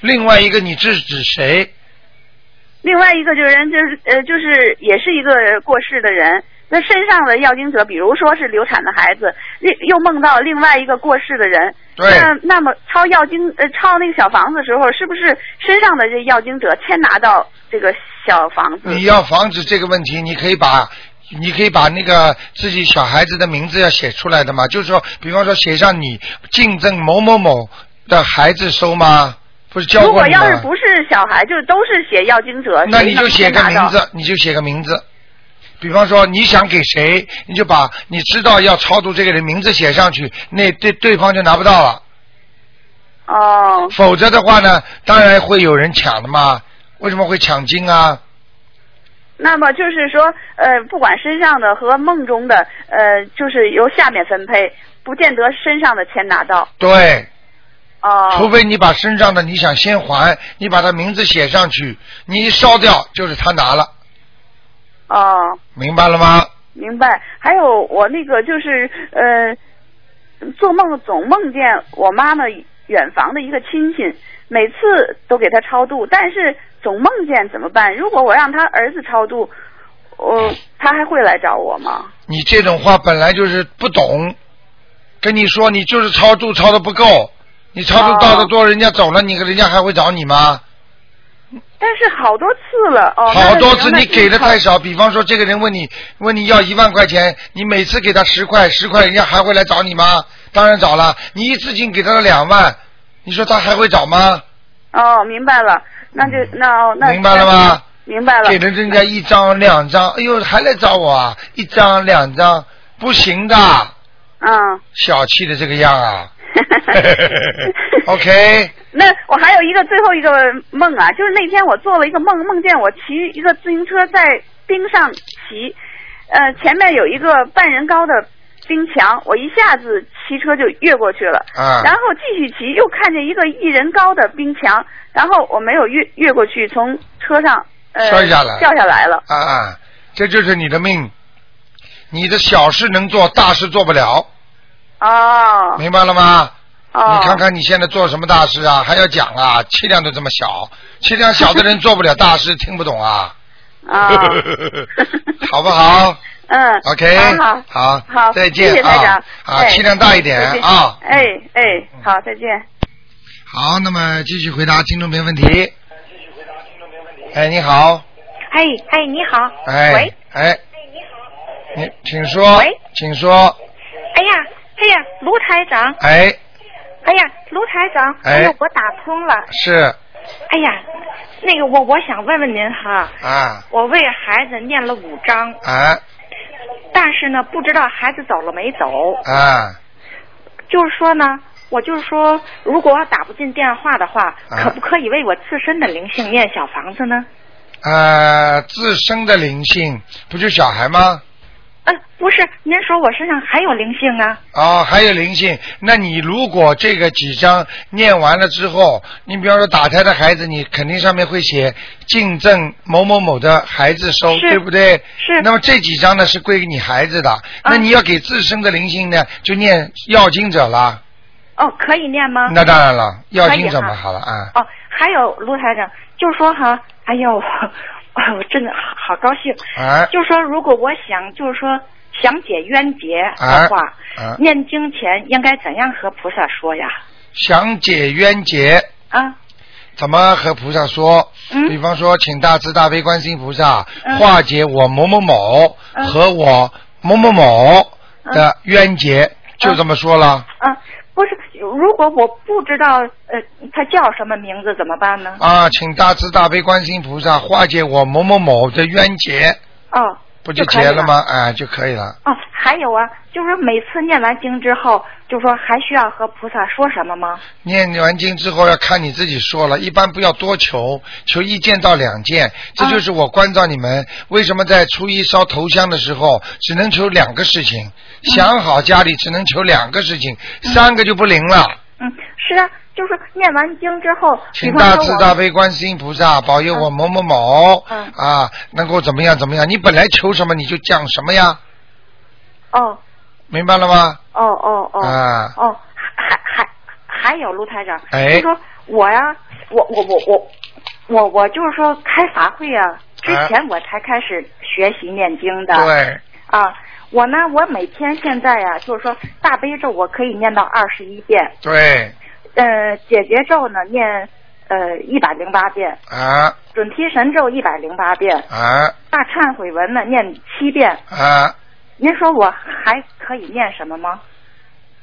Speaker 1: 另外一个你是指谁？
Speaker 12: 另外一个就是人就是呃就是也是一个过世的人，那身上的要经者，比如说是流产的孩子，另又梦到另外一个过世的人，
Speaker 1: 对
Speaker 12: 那那么抄要经呃抄那个小房子的时候，是不是身上的这要经者先拿到这个小房子？
Speaker 1: 你要防止这个问题，你可以把你可以把那个自己小孩子的名字要写出来的嘛，就是说，比方说写上你竞争某某某的孩子收吗？不是教
Speaker 12: 如
Speaker 1: 过
Speaker 12: 果
Speaker 1: 你
Speaker 12: 要是
Speaker 1: 吗？
Speaker 12: 不是小孩，就是都是写要经者，
Speaker 1: 那
Speaker 12: 啊谁
Speaker 1: 你就
Speaker 12: 能
Speaker 1: 写
Speaker 12: 先
Speaker 1: 个
Speaker 12: 拿
Speaker 1: 名
Speaker 12: 到
Speaker 1: 字，你就写个名字。比方说你想给谁，你就把你知道要超度这个人名字写上去，那对对方就拿不到了。
Speaker 12: 哦。
Speaker 1: 否则的话呢，当然会有人抢的嘛。为什么会抢金啊？
Speaker 12: 那么就是说，呃，不管身上的和梦中的，呃，就是由下面分配，不见得身上的钱拿到。
Speaker 1: 对，
Speaker 12: 哦、
Speaker 1: 除非你把身上的你想先还，你把他名字写上去，你一烧掉就是他拿了，
Speaker 12: 哦、
Speaker 1: 明白了吗？
Speaker 12: 明白。还有我那个就是，呃，做梦总梦见我妈妈远房的一个亲戚，每次都给她超度，但是总梦见怎么办？如果我让她儿子超度，呃，他还会来找我吗？
Speaker 1: 你这种话本来就是不懂，跟你说你就是超度超的不够，你超
Speaker 12: 哦
Speaker 1: 度到的多，人家走了，你人家还会找你吗？
Speaker 12: 但是好多次了哦，
Speaker 1: 好多次
Speaker 12: 那
Speaker 1: 你
Speaker 12: 就行
Speaker 1: 给的太。少，比方说这个人问你问你要一万块钱，你每次给他十块十块，人家还会来找你吗？当然找了，你一次性给他了两万，你说他还会找吗？
Speaker 12: 那就哦，明白了，那就那那
Speaker 1: 嗯明白了吗？
Speaker 12: 明白了。
Speaker 1: 给了人家一张两张，哎呦还来找我啊，一张两张不行的，
Speaker 12: 嗯，
Speaker 1: 小气的这个样 [LAUGHS] 啊。OK，
Speaker 12: 那我还有一个最后一个梦啊，就是那天我做了一个梦，梦见我骑一个自行车在冰上骑，呃，前面有一个半人高的冰墙，我一下子骑车就越过去了，
Speaker 4: 啊
Speaker 12: 然后继续骑，又看见一个一人高的冰墙，然后我没有越越过去，从车上呃
Speaker 1: 摔下来，
Speaker 12: 掉下来了。
Speaker 1: 啊啊，这就是你的命，你的小事能做，大事做不了，
Speaker 12: 哦，
Speaker 1: 明白了吗？
Speaker 12: 哦
Speaker 1: 你看看你现在做什么大事啊？还要讲啊？气量都这么小，气量小的人做不了大事，听不懂啊？
Speaker 12: 啊
Speaker 1: [LAUGHS] 好不
Speaker 12: [LAUGHS]
Speaker 1: 好？
Speaker 12: 嗯
Speaker 1: OK，
Speaker 12: 好好
Speaker 1: 好，
Speaker 12: 好，
Speaker 1: 再见
Speaker 12: 谢谢台长
Speaker 1: 啊，啊，
Speaker 12: 哎
Speaker 1: 气量大一点
Speaker 12: 再见
Speaker 1: 啊。
Speaker 12: 哎哎，好，再见。
Speaker 1: 好，那么继续回答听众朋友问题。哎，你好，
Speaker 13: 哎哎，你好。
Speaker 1: 哎
Speaker 13: 喂。，
Speaker 1: 哎，你请说
Speaker 13: 喂，
Speaker 1: 请说，
Speaker 13: 哎呀，哎呀，卢台长。
Speaker 1: 哎，
Speaker 13: 哎呀，卢台长。
Speaker 1: 哎
Speaker 13: 呀，我打通了。
Speaker 1: 是
Speaker 13: 哎呀，那个我我想问问您哈，
Speaker 1: 啊，
Speaker 13: 我为孩子念了五章，
Speaker 1: 啊，
Speaker 13: 但是呢，不知道孩子走了没走。
Speaker 1: 啊，
Speaker 13: 就是说呢，我就是说，如果我打不进电话的话，
Speaker 1: 啊
Speaker 13: 可不可以为我自身的灵性念小房子呢？
Speaker 1: 呃，自身的灵性不就小孩吗？
Speaker 13: 嗯、不是，您说我身上还有灵性啊？
Speaker 1: 哦，还有灵性。那你如果这个几章念完了之后，你比方说打胎的孩子，你肯定上面会写敬赠某某某的孩子收，
Speaker 13: 是
Speaker 1: 对不对？
Speaker 13: 是啊
Speaker 1: 那么这几章呢是归给你孩子的，那你要给自身的灵性呢，就念要经者了。
Speaker 13: 哦，可以念吗？
Speaker 1: 那当然了，要
Speaker 13: 可以
Speaker 1: 经者
Speaker 13: 哈
Speaker 1: 嘛，好了啊。
Speaker 13: 哦，还有卢台长，就是说哈，哎呦， [LAUGHS] 我真的好好高兴。
Speaker 1: 哎
Speaker 13: 就是说，如果我想，就是说想解冤结
Speaker 1: 哎
Speaker 13: 的话，
Speaker 1: 哎
Speaker 13: 念经前应该怎样和菩萨说呀？
Speaker 1: 想解冤结。
Speaker 13: 啊。
Speaker 1: 怎么和菩萨说？比方说，请大慈大悲观世音菩萨
Speaker 13: 嗯
Speaker 1: 化解我某某某
Speaker 13: 嗯
Speaker 1: 和我某某某的冤结，
Speaker 13: 嗯
Speaker 1: 就这么说了
Speaker 13: 啊，不是，如果我不知道呃他叫什么名字怎么办呢？
Speaker 1: 啊！请大慈大悲观世音菩萨化解我某某某的冤结，
Speaker 13: 哦，
Speaker 1: 不
Speaker 13: 就
Speaker 1: 就
Speaker 13: 可以
Speaker 1: 结了
Speaker 13: 了
Speaker 1: 吗？哎，就可以了。
Speaker 13: 哦，还有啊，就是每次念完经之后，就说还需要和菩萨说什么吗？
Speaker 1: 念完经之后要看你自己说了，一般不要多求，求一件到两件。
Speaker 13: 啊
Speaker 1: 这就是我关照你们、为什么在初一烧头香的时候只能求两个事情，
Speaker 13: 嗯
Speaker 1: 想好家里只能求两个事情，三个就不灵了。
Speaker 13: 嗯，是啊，就是念完经之后，比
Speaker 1: 请
Speaker 13: 方
Speaker 1: 大
Speaker 13: 说嗯
Speaker 1: 慈
Speaker 13: 我
Speaker 1: 大悲观世音菩萨保佑我某某某、
Speaker 13: 嗯
Speaker 1: 啊，能够怎么样怎么样？你本来求什么你就讲什么呀，
Speaker 13: 哦
Speaker 1: 明白了吗？
Speaker 13: 哦哦哦、
Speaker 1: 啊
Speaker 13: 哦，还还还还有卢台长，
Speaker 1: 哎
Speaker 13: 就说我呀，我我我我我我就是说开法会啊，之
Speaker 4: 哎
Speaker 13: 前我才开始学习念经的，
Speaker 4: 对，
Speaker 13: 啊，我呢，我每天现在呀、就是说大悲咒我可以念到二十一遍，
Speaker 1: 对
Speaker 13: 呃，解结咒呢念呃一百零八遍，
Speaker 1: 啊
Speaker 13: 准提神咒一百零八遍，
Speaker 1: 啊
Speaker 13: 大忏悔文呢念七遍。
Speaker 1: 啊！
Speaker 13: 您说我还可以念什么吗？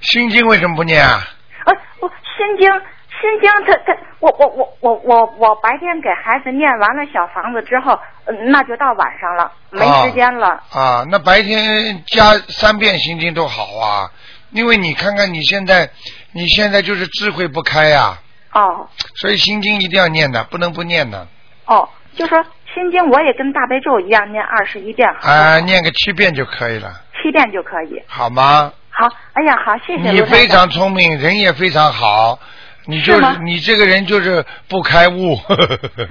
Speaker 1: 心经为什么不念啊？
Speaker 13: 呃，我心经，心经它，它我我我我我我白天给孩子念完了小房子之后，呃那就到晚上了，没
Speaker 1: 哦
Speaker 13: 时间了。
Speaker 1: 啊，那白天加三遍心经都好啊，因为你看看你现在，你现在就是智慧不开呀、
Speaker 13: 哦
Speaker 1: 所以心经一定要念的，不能不念的。
Speaker 13: 哦，就说心经我也跟大悲咒一样念二十一遍，
Speaker 1: 啊，念个七遍就可以了，
Speaker 13: 七遍就可以。
Speaker 1: 好吗？
Speaker 13: 好，哎呀，好，谢谢
Speaker 1: 你
Speaker 13: 卢台
Speaker 1: 非
Speaker 13: 长。
Speaker 1: 常聪明，人也非常好，你就是
Speaker 13: 吗
Speaker 1: 是你这个人就是不开悟，
Speaker 13: [LAUGHS]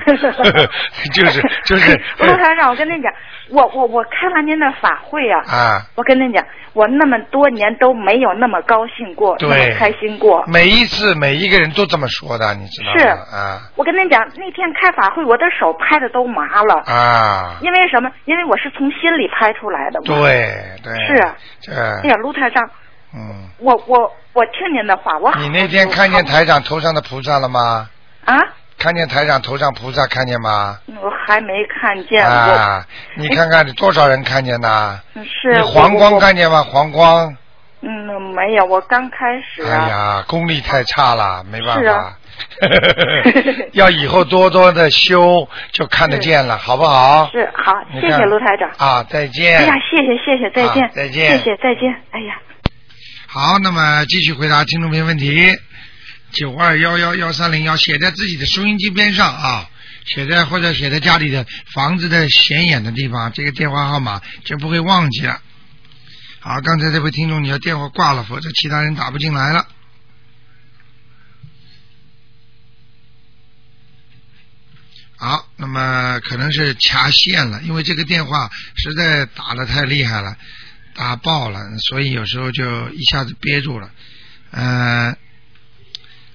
Speaker 1: 就是就是
Speaker 13: 卢台长，我跟您讲，我我我开完您的法会啊，
Speaker 1: 啊，
Speaker 13: 我跟您讲，我那么多年都没有那么高兴过，那
Speaker 1: 对
Speaker 13: 么开心过。
Speaker 1: 每一次每一个人都这么说的，你知道吗？
Speaker 13: 是
Speaker 1: 啊
Speaker 13: 我跟您讲，那天开法会，我的手拍的都麻了，
Speaker 1: 啊，
Speaker 13: 因为什么？因为我是从心里拍出来的嘛。。
Speaker 1: 对对，
Speaker 13: 是啊
Speaker 1: 这
Speaker 13: 哎呀，卢台长，
Speaker 1: 嗯。
Speaker 13: 我我我听您的话，我
Speaker 1: [LAUGHS]
Speaker 13: 好
Speaker 1: 你那天看见台长头上的菩萨了吗？
Speaker 13: 啊，
Speaker 1: 看见台长头上菩萨看见吗？
Speaker 13: 嗯我还没看见过。
Speaker 1: 啊，你看看多少人看见呐？
Speaker 13: [LAUGHS] 是
Speaker 1: 你
Speaker 13: 我
Speaker 1: 黄光
Speaker 13: 我
Speaker 1: 看见吗？黄光，
Speaker 13: 嗯，没有，我刚开始
Speaker 1: 哎
Speaker 13: 啊。
Speaker 1: 呀，功力太差了，没办
Speaker 13: 是
Speaker 1: 法
Speaker 13: 啊。
Speaker 1: [LAUGHS] 要以后多多的修，就看得见了，好不好？
Speaker 13: [LAUGHS] 是好，
Speaker 1: 你
Speaker 13: 谢
Speaker 1: 看
Speaker 13: 谢卢台长。
Speaker 1: 啊，再见。
Speaker 13: 哎呀，谢谢谢谢，再见、
Speaker 1: 啊再见
Speaker 13: 谢谢再见。哎呀，
Speaker 1: 好，那么继续回答听众朋友问题。九二幺幺幺三零幺写在自己的收音机边上啊，写在或者写在家里的房子的显眼的地方，这个电话号码就不会忘记了。好，刚才这位听众，你要电话挂了，否则其他人打不进来了。好，那么可能是掐线了，因为这个电话实在打的太厉害了，打爆了，所以有时候就一下子憋住了。嗯、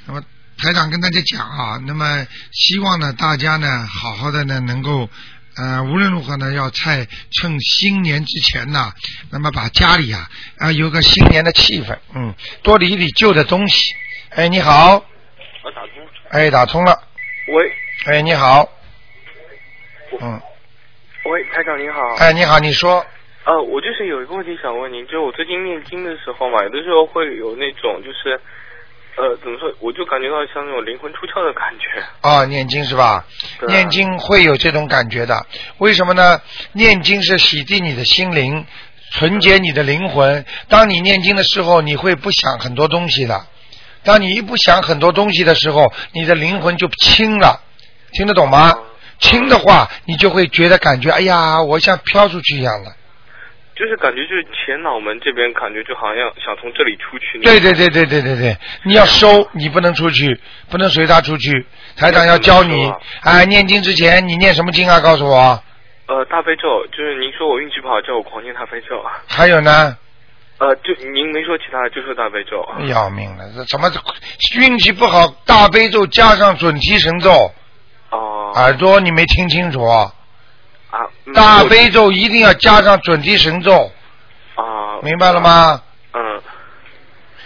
Speaker 1: 那么台长跟大家讲啊，那么希望呢大家呢好好的呢能够。呃，无论如何呢，要在趁新年之前呐，那么把家里啊啊、有个新年的气氛，嗯，多理理旧的东西。哎，你好，
Speaker 14: 我打通。
Speaker 1: 哎，打通了，
Speaker 14: 喂
Speaker 1: 哎，你好，嗯，
Speaker 14: 喂，台长您好。
Speaker 1: 哎，你好，你说，
Speaker 14: 呃，我就是有一个问题想问您，就是我最近念经的时候嘛，有的时候会有那种就是，呃，怎么说，我就感觉到像那种灵魂出窍的感觉。
Speaker 1: 哦，念经是吧？
Speaker 14: 对
Speaker 1: 念经会有这种感觉的，为什么呢？念经是洗涤你的心灵，纯洁你的灵魂。当你念经的时候，你会不想很多东西的。当你一不想很多东西的时候，你的灵魂就轻了，听得懂吗？轻的话，你就会觉得感觉，哎呀，我像飘出去一样的。
Speaker 14: 就是感觉就是前脑门这边感觉就好像想从这里出去。
Speaker 1: 对对对对对对对，你要收，你不能出去，不能随他出去。台长要教你，哎，念经之前你念什么经啊？告诉我。
Speaker 14: 呃，大悲咒，就是您说我运气不好，叫我狂念大悲咒。啊
Speaker 1: 还有呢？
Speaker 14: 呃，就您没说其他的，就说大悲咒。啊
Speaker 1: 要命了，这怎么运气不好？大悲咒加上准提神咒，
Speaker 14: 哦、
Speaker 1: 耳朵你没听清楚啊？
Speaker 14: 啊，嗯
Speaker 1: 大悲咒一定要加上准提神咒，
Speaker 14: 啊，
Speaker 1: 明白了吗？
Speaker 14: 嗯，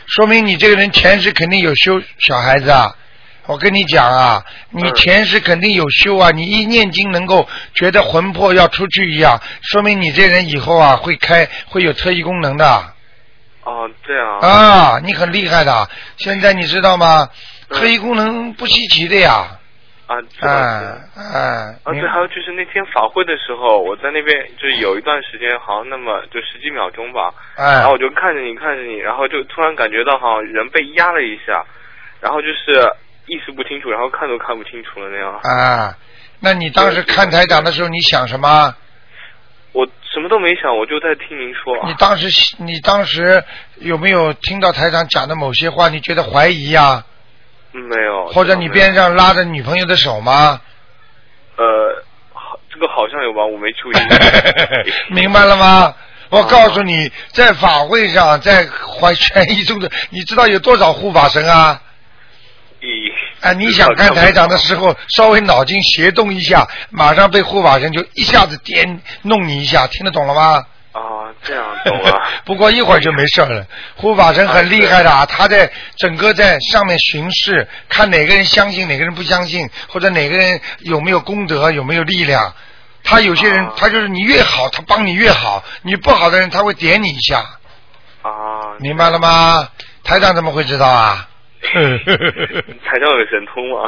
Speaker 1: 说明你这个人前世肯定有修小孩子啊。我跟你讲啊，你前世肯定有修啊，你一念经能够觉得魂魄要出去一样，说明你这人以后啊会开会有特异功能的。
Speaker 14: 哦，这
Speaker 1: 啊
Speaker 14: 样嗯
Speaker 1: 啊，你很厉害的。现在你知道吗？特异功能不稀奇的呀，
Speaker 14: 啊，知道知道
Speaker 1: 哎哎，
Speaker 14: 啊，
Speaker 1: 明
Speaker 14: 对，还有就是那天法会的时候，我在那边就是有一段时间，好像那么就十几秒钟吧，
Speaker 1: 哎
Speaker 14: 然后我就看着你看着你，然后就突然感觉到好像人被压了一下，然后就是意识不清楚，然后看都看不清楚了那样。
Speaker 1: 啊，那你当时看台长的时候，你想什么？
Speaker 14: 我什么都没想，我就在听您说。啊
Speaker 1: 你当时你当时有没有听到台长讲的某些话？你觉得怀疑呀、
Speaker 14: 嗯没有，
Speaker 1: 或者你边上拉着女朋友的手吗？
Speaker 14: 呃，好，这个好像有吧，我没注意。
Speaker 1: [LAUGHS] 明白了吗？我告诉
Speaker 14: 哦
Speaker 1: 你，在法会上，在怀权益中的，你知道有多少护法神啊？
Speaker 14: 咦，
Speaker 1: 哎，你想看台长的时候，稍微脑筋斜动一下，马上被护法神就一下子颠弄你一下，听得懂了吗？
Speaker 14: 啊，这样懂了。
Speaker 1: [LAUGHS] 不过一会儿就没事儿了。护法神很厉害的啊，他在整个在上面巡视，看哪个人相信，哪个人不相信，或者哪个人有没有功德，有没有力量。他有些
Speaker 14: 啊
Speaker 1: 人，他就是你越好，他帮你越好；你不好的人，他会点你一下。
Speaker 14: 啊，
Speaker 1: 明白了吗？台长怎么会知道
Speaker 14: [LAUGHS]
Speaker 1: 啊？。
Speaker 14: 台长有神通啊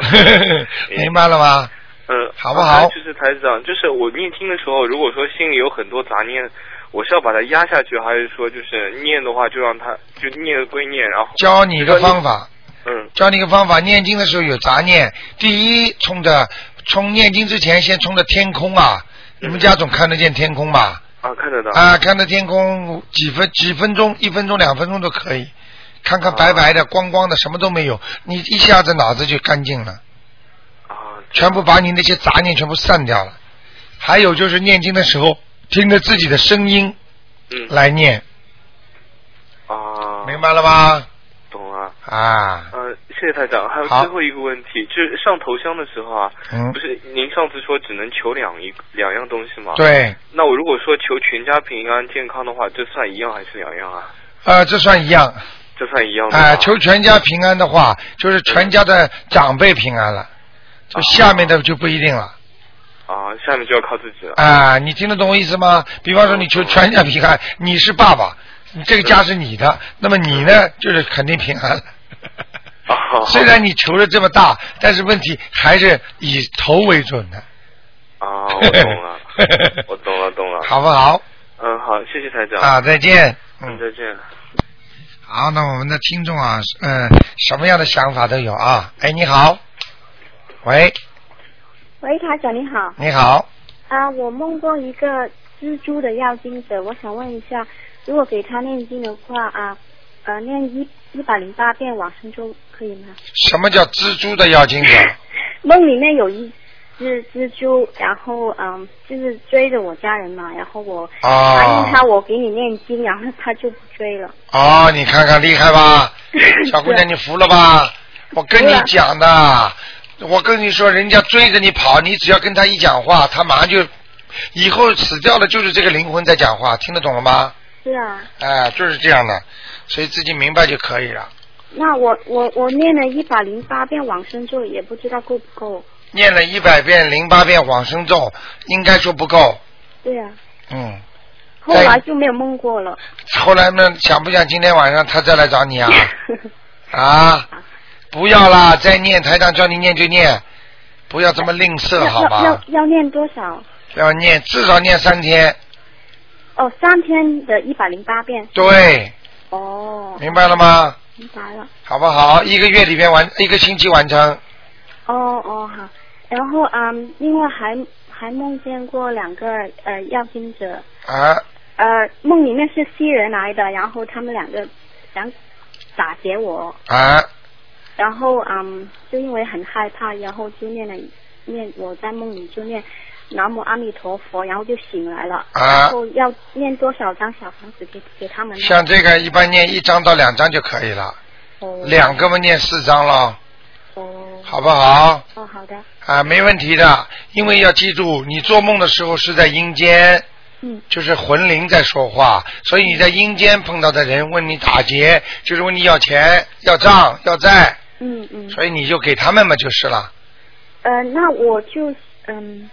Speaker 1: 明白了吗？
Speaker 14: 嗯，
Speaker 1: 好不好
Speaker 14: 啊就是台长，就是我念经的时候，如果说心里有很多杂念，我是要把它压下去，还是说就是念的话就让它就念归念，然后
Speaker 1: 教你一个方法。
Speaker 14: 嗯
Speaker 1: 教你一个方法，念经的时候有杂念，第一冲着冲念经之前先冲着天空啊，
Speaker 14: 嗯
Speaker 1: 你们家总看得见天空吧？
Speaker 14: 啊看得到
Speaker 1: 啊，看着天空几分几分钟，一分钟两分钟都可以，看看白
Speaker 14: 啊
Speaker 1: 白的、光光的，什么都没有，你一下子脑子就干净了，
Speaker 14: 啊
Speaker 1: 全部把你那些杂念全部散掉了。还有就是念经的时候，听着自己的声音
Speaker 14: 嗯
Speaker 1: 来念，
Speaker 14: 啊，
Speaker 1: 明白了吗？
Speaker 14: 懂了。
Speaker 1: 啊，
Speaker 14: 嗯，谢谢台长。还有
Speaker 1: 好
Speaker 14: 最后一个问题，就是上头香的时候啊，
Speaker 1: 嗯
Speaker 14: 不是您上次说只能求两一两样东西吗？
Speaker 1: 对。
Speaker 14: 那我如果说求全家平安健康的话，这算一样还是两样啊？
Speaker 1: 呃，这算一样。
Speaker 14: 这算一样的吗
Speaker 1: 啊、求全家平安的话，就是全家的长辈平安了，就下面的就不一定了。
Speaker 14: 啊，下面就要靠自己了。
Speaker 1: 啊、你听得懂我意思吗？比方说你求全家平安，你是爸爸，你这个家是你的，那么你呢，就是肯定平安了。 [LAUGHS]
Speaker 14: 啊
Speaker 1: 虽然你求的这么大，但是问题还是以头为准的，
Speaker 14: 啊，我懂
Speaker 1: [LAUGHS]
Speaker 14: 了，我懂了，懂了。
Speaker 1: 好不好？
Speaker 14: 嗯，好，谢谢台长。
Speaker 1: 啊再见。
Speaker 14: 嗯，再见。
Speaker 1: 好，那我们的听众啊，嗯、什么样的想法都有啊。哎，你好，喂，
Speaker 4: 喂，台长你好。
Speaker 1: 你好，
Speaker 4: 啊，我梦过一个蜘蛛的要经者，我想问一下，如果给他念经的话啊，呃，念一一百零八遍往生咒可以吗？
Speaker 1: 什么叫蜘蛛的要精者？
Speaker 4: 梦里面有一只蜘蛛，然后嗯，就是追着我家人嘛，然后我
Speaker 1: 哦
Speaker 4: 答应他我给你念经，然后他就不追了。
Speaker 1: 哦，你看看厉害吧，小姑娘
Speaker 4: [LAUGHS] 是
Speaker 1: 你服了吧？我跟你
Speaker 4: 服了
Speaker 1: 讲的，我跟你说，人家追着你跑，你只要跟他一讲话，他马上就以后死掉了，就是这个灵魂在讲话，听得懂了吗？
Speaker 4: 是啊，
Speaker 1: 哎，就是这样的，所以自己明白就可以了。
Speaker 4: 那我我我念了一百零八遍往生咒，也不知道够不够。
Speaker 1: 念了一百遍、零八遍往生咒，应该说不够。
Speaker 4: 对啊，
Speaker 1: 嗯，
Speaker 4: 后来就没有梦过了。
Speaker 1: 后来呢，想不想今天晚上他再来找
Speaker 4: [LAUGHS]
Speaker 1: 你啊？啊，不要啦，再念，台长叫你念就念，不要这么吝啬，好
Speaker 4: 要要
Speaker 1: 吧？
Speaker 4: 要念多少？
Speaker 1: 要念，至少念三天，
Speaker 4: 哦，三天的一百零八遍。
Speaker 1: 对，
Speaker 4: 哦。
Speaker 1: 明白了吗？
Speaker 4: 明白了。
Speaker 1: 好不好？一个月里边完，一个星期完成。
Speaker 4: 哦哦好，然后嗯，另外还还梦见过两个呃要经者，
Speaker 1: 啊，
Speaker 4: 呃梦里面是西人来的，然后他们两个想打劫我，
Speaker 1: 啊，
Speaker 4: 然后嗯就因为很害怕，然后就念了念我在梦里就念南无阿弥陀佛，然后就醒来了，
Speaker 1: 啊
Speaker 4: 然后要念多少张小房子给给他们呢？
Speaker 1: 像这个一般念一张到两张就可以了，
Speaker 4: 哦
Speaker 1: 两个嘛念四张咯。好不好？
Speaker 4: 哦好的
Speaker 1: 啊，没问题的，因为要记住，你做梦的时候是在阴间，
Speaker 4: 嗯，
Speaker 1: 就是魂灵在说话，所以你在阴间碰到的人问你打劫，就是问你要钱、要账、要债，
Speaker 4: 嗯嗯。
Speaker 1: 所以你就给他们嘛就是了。
Speaker 4: 呃，那我就嗯，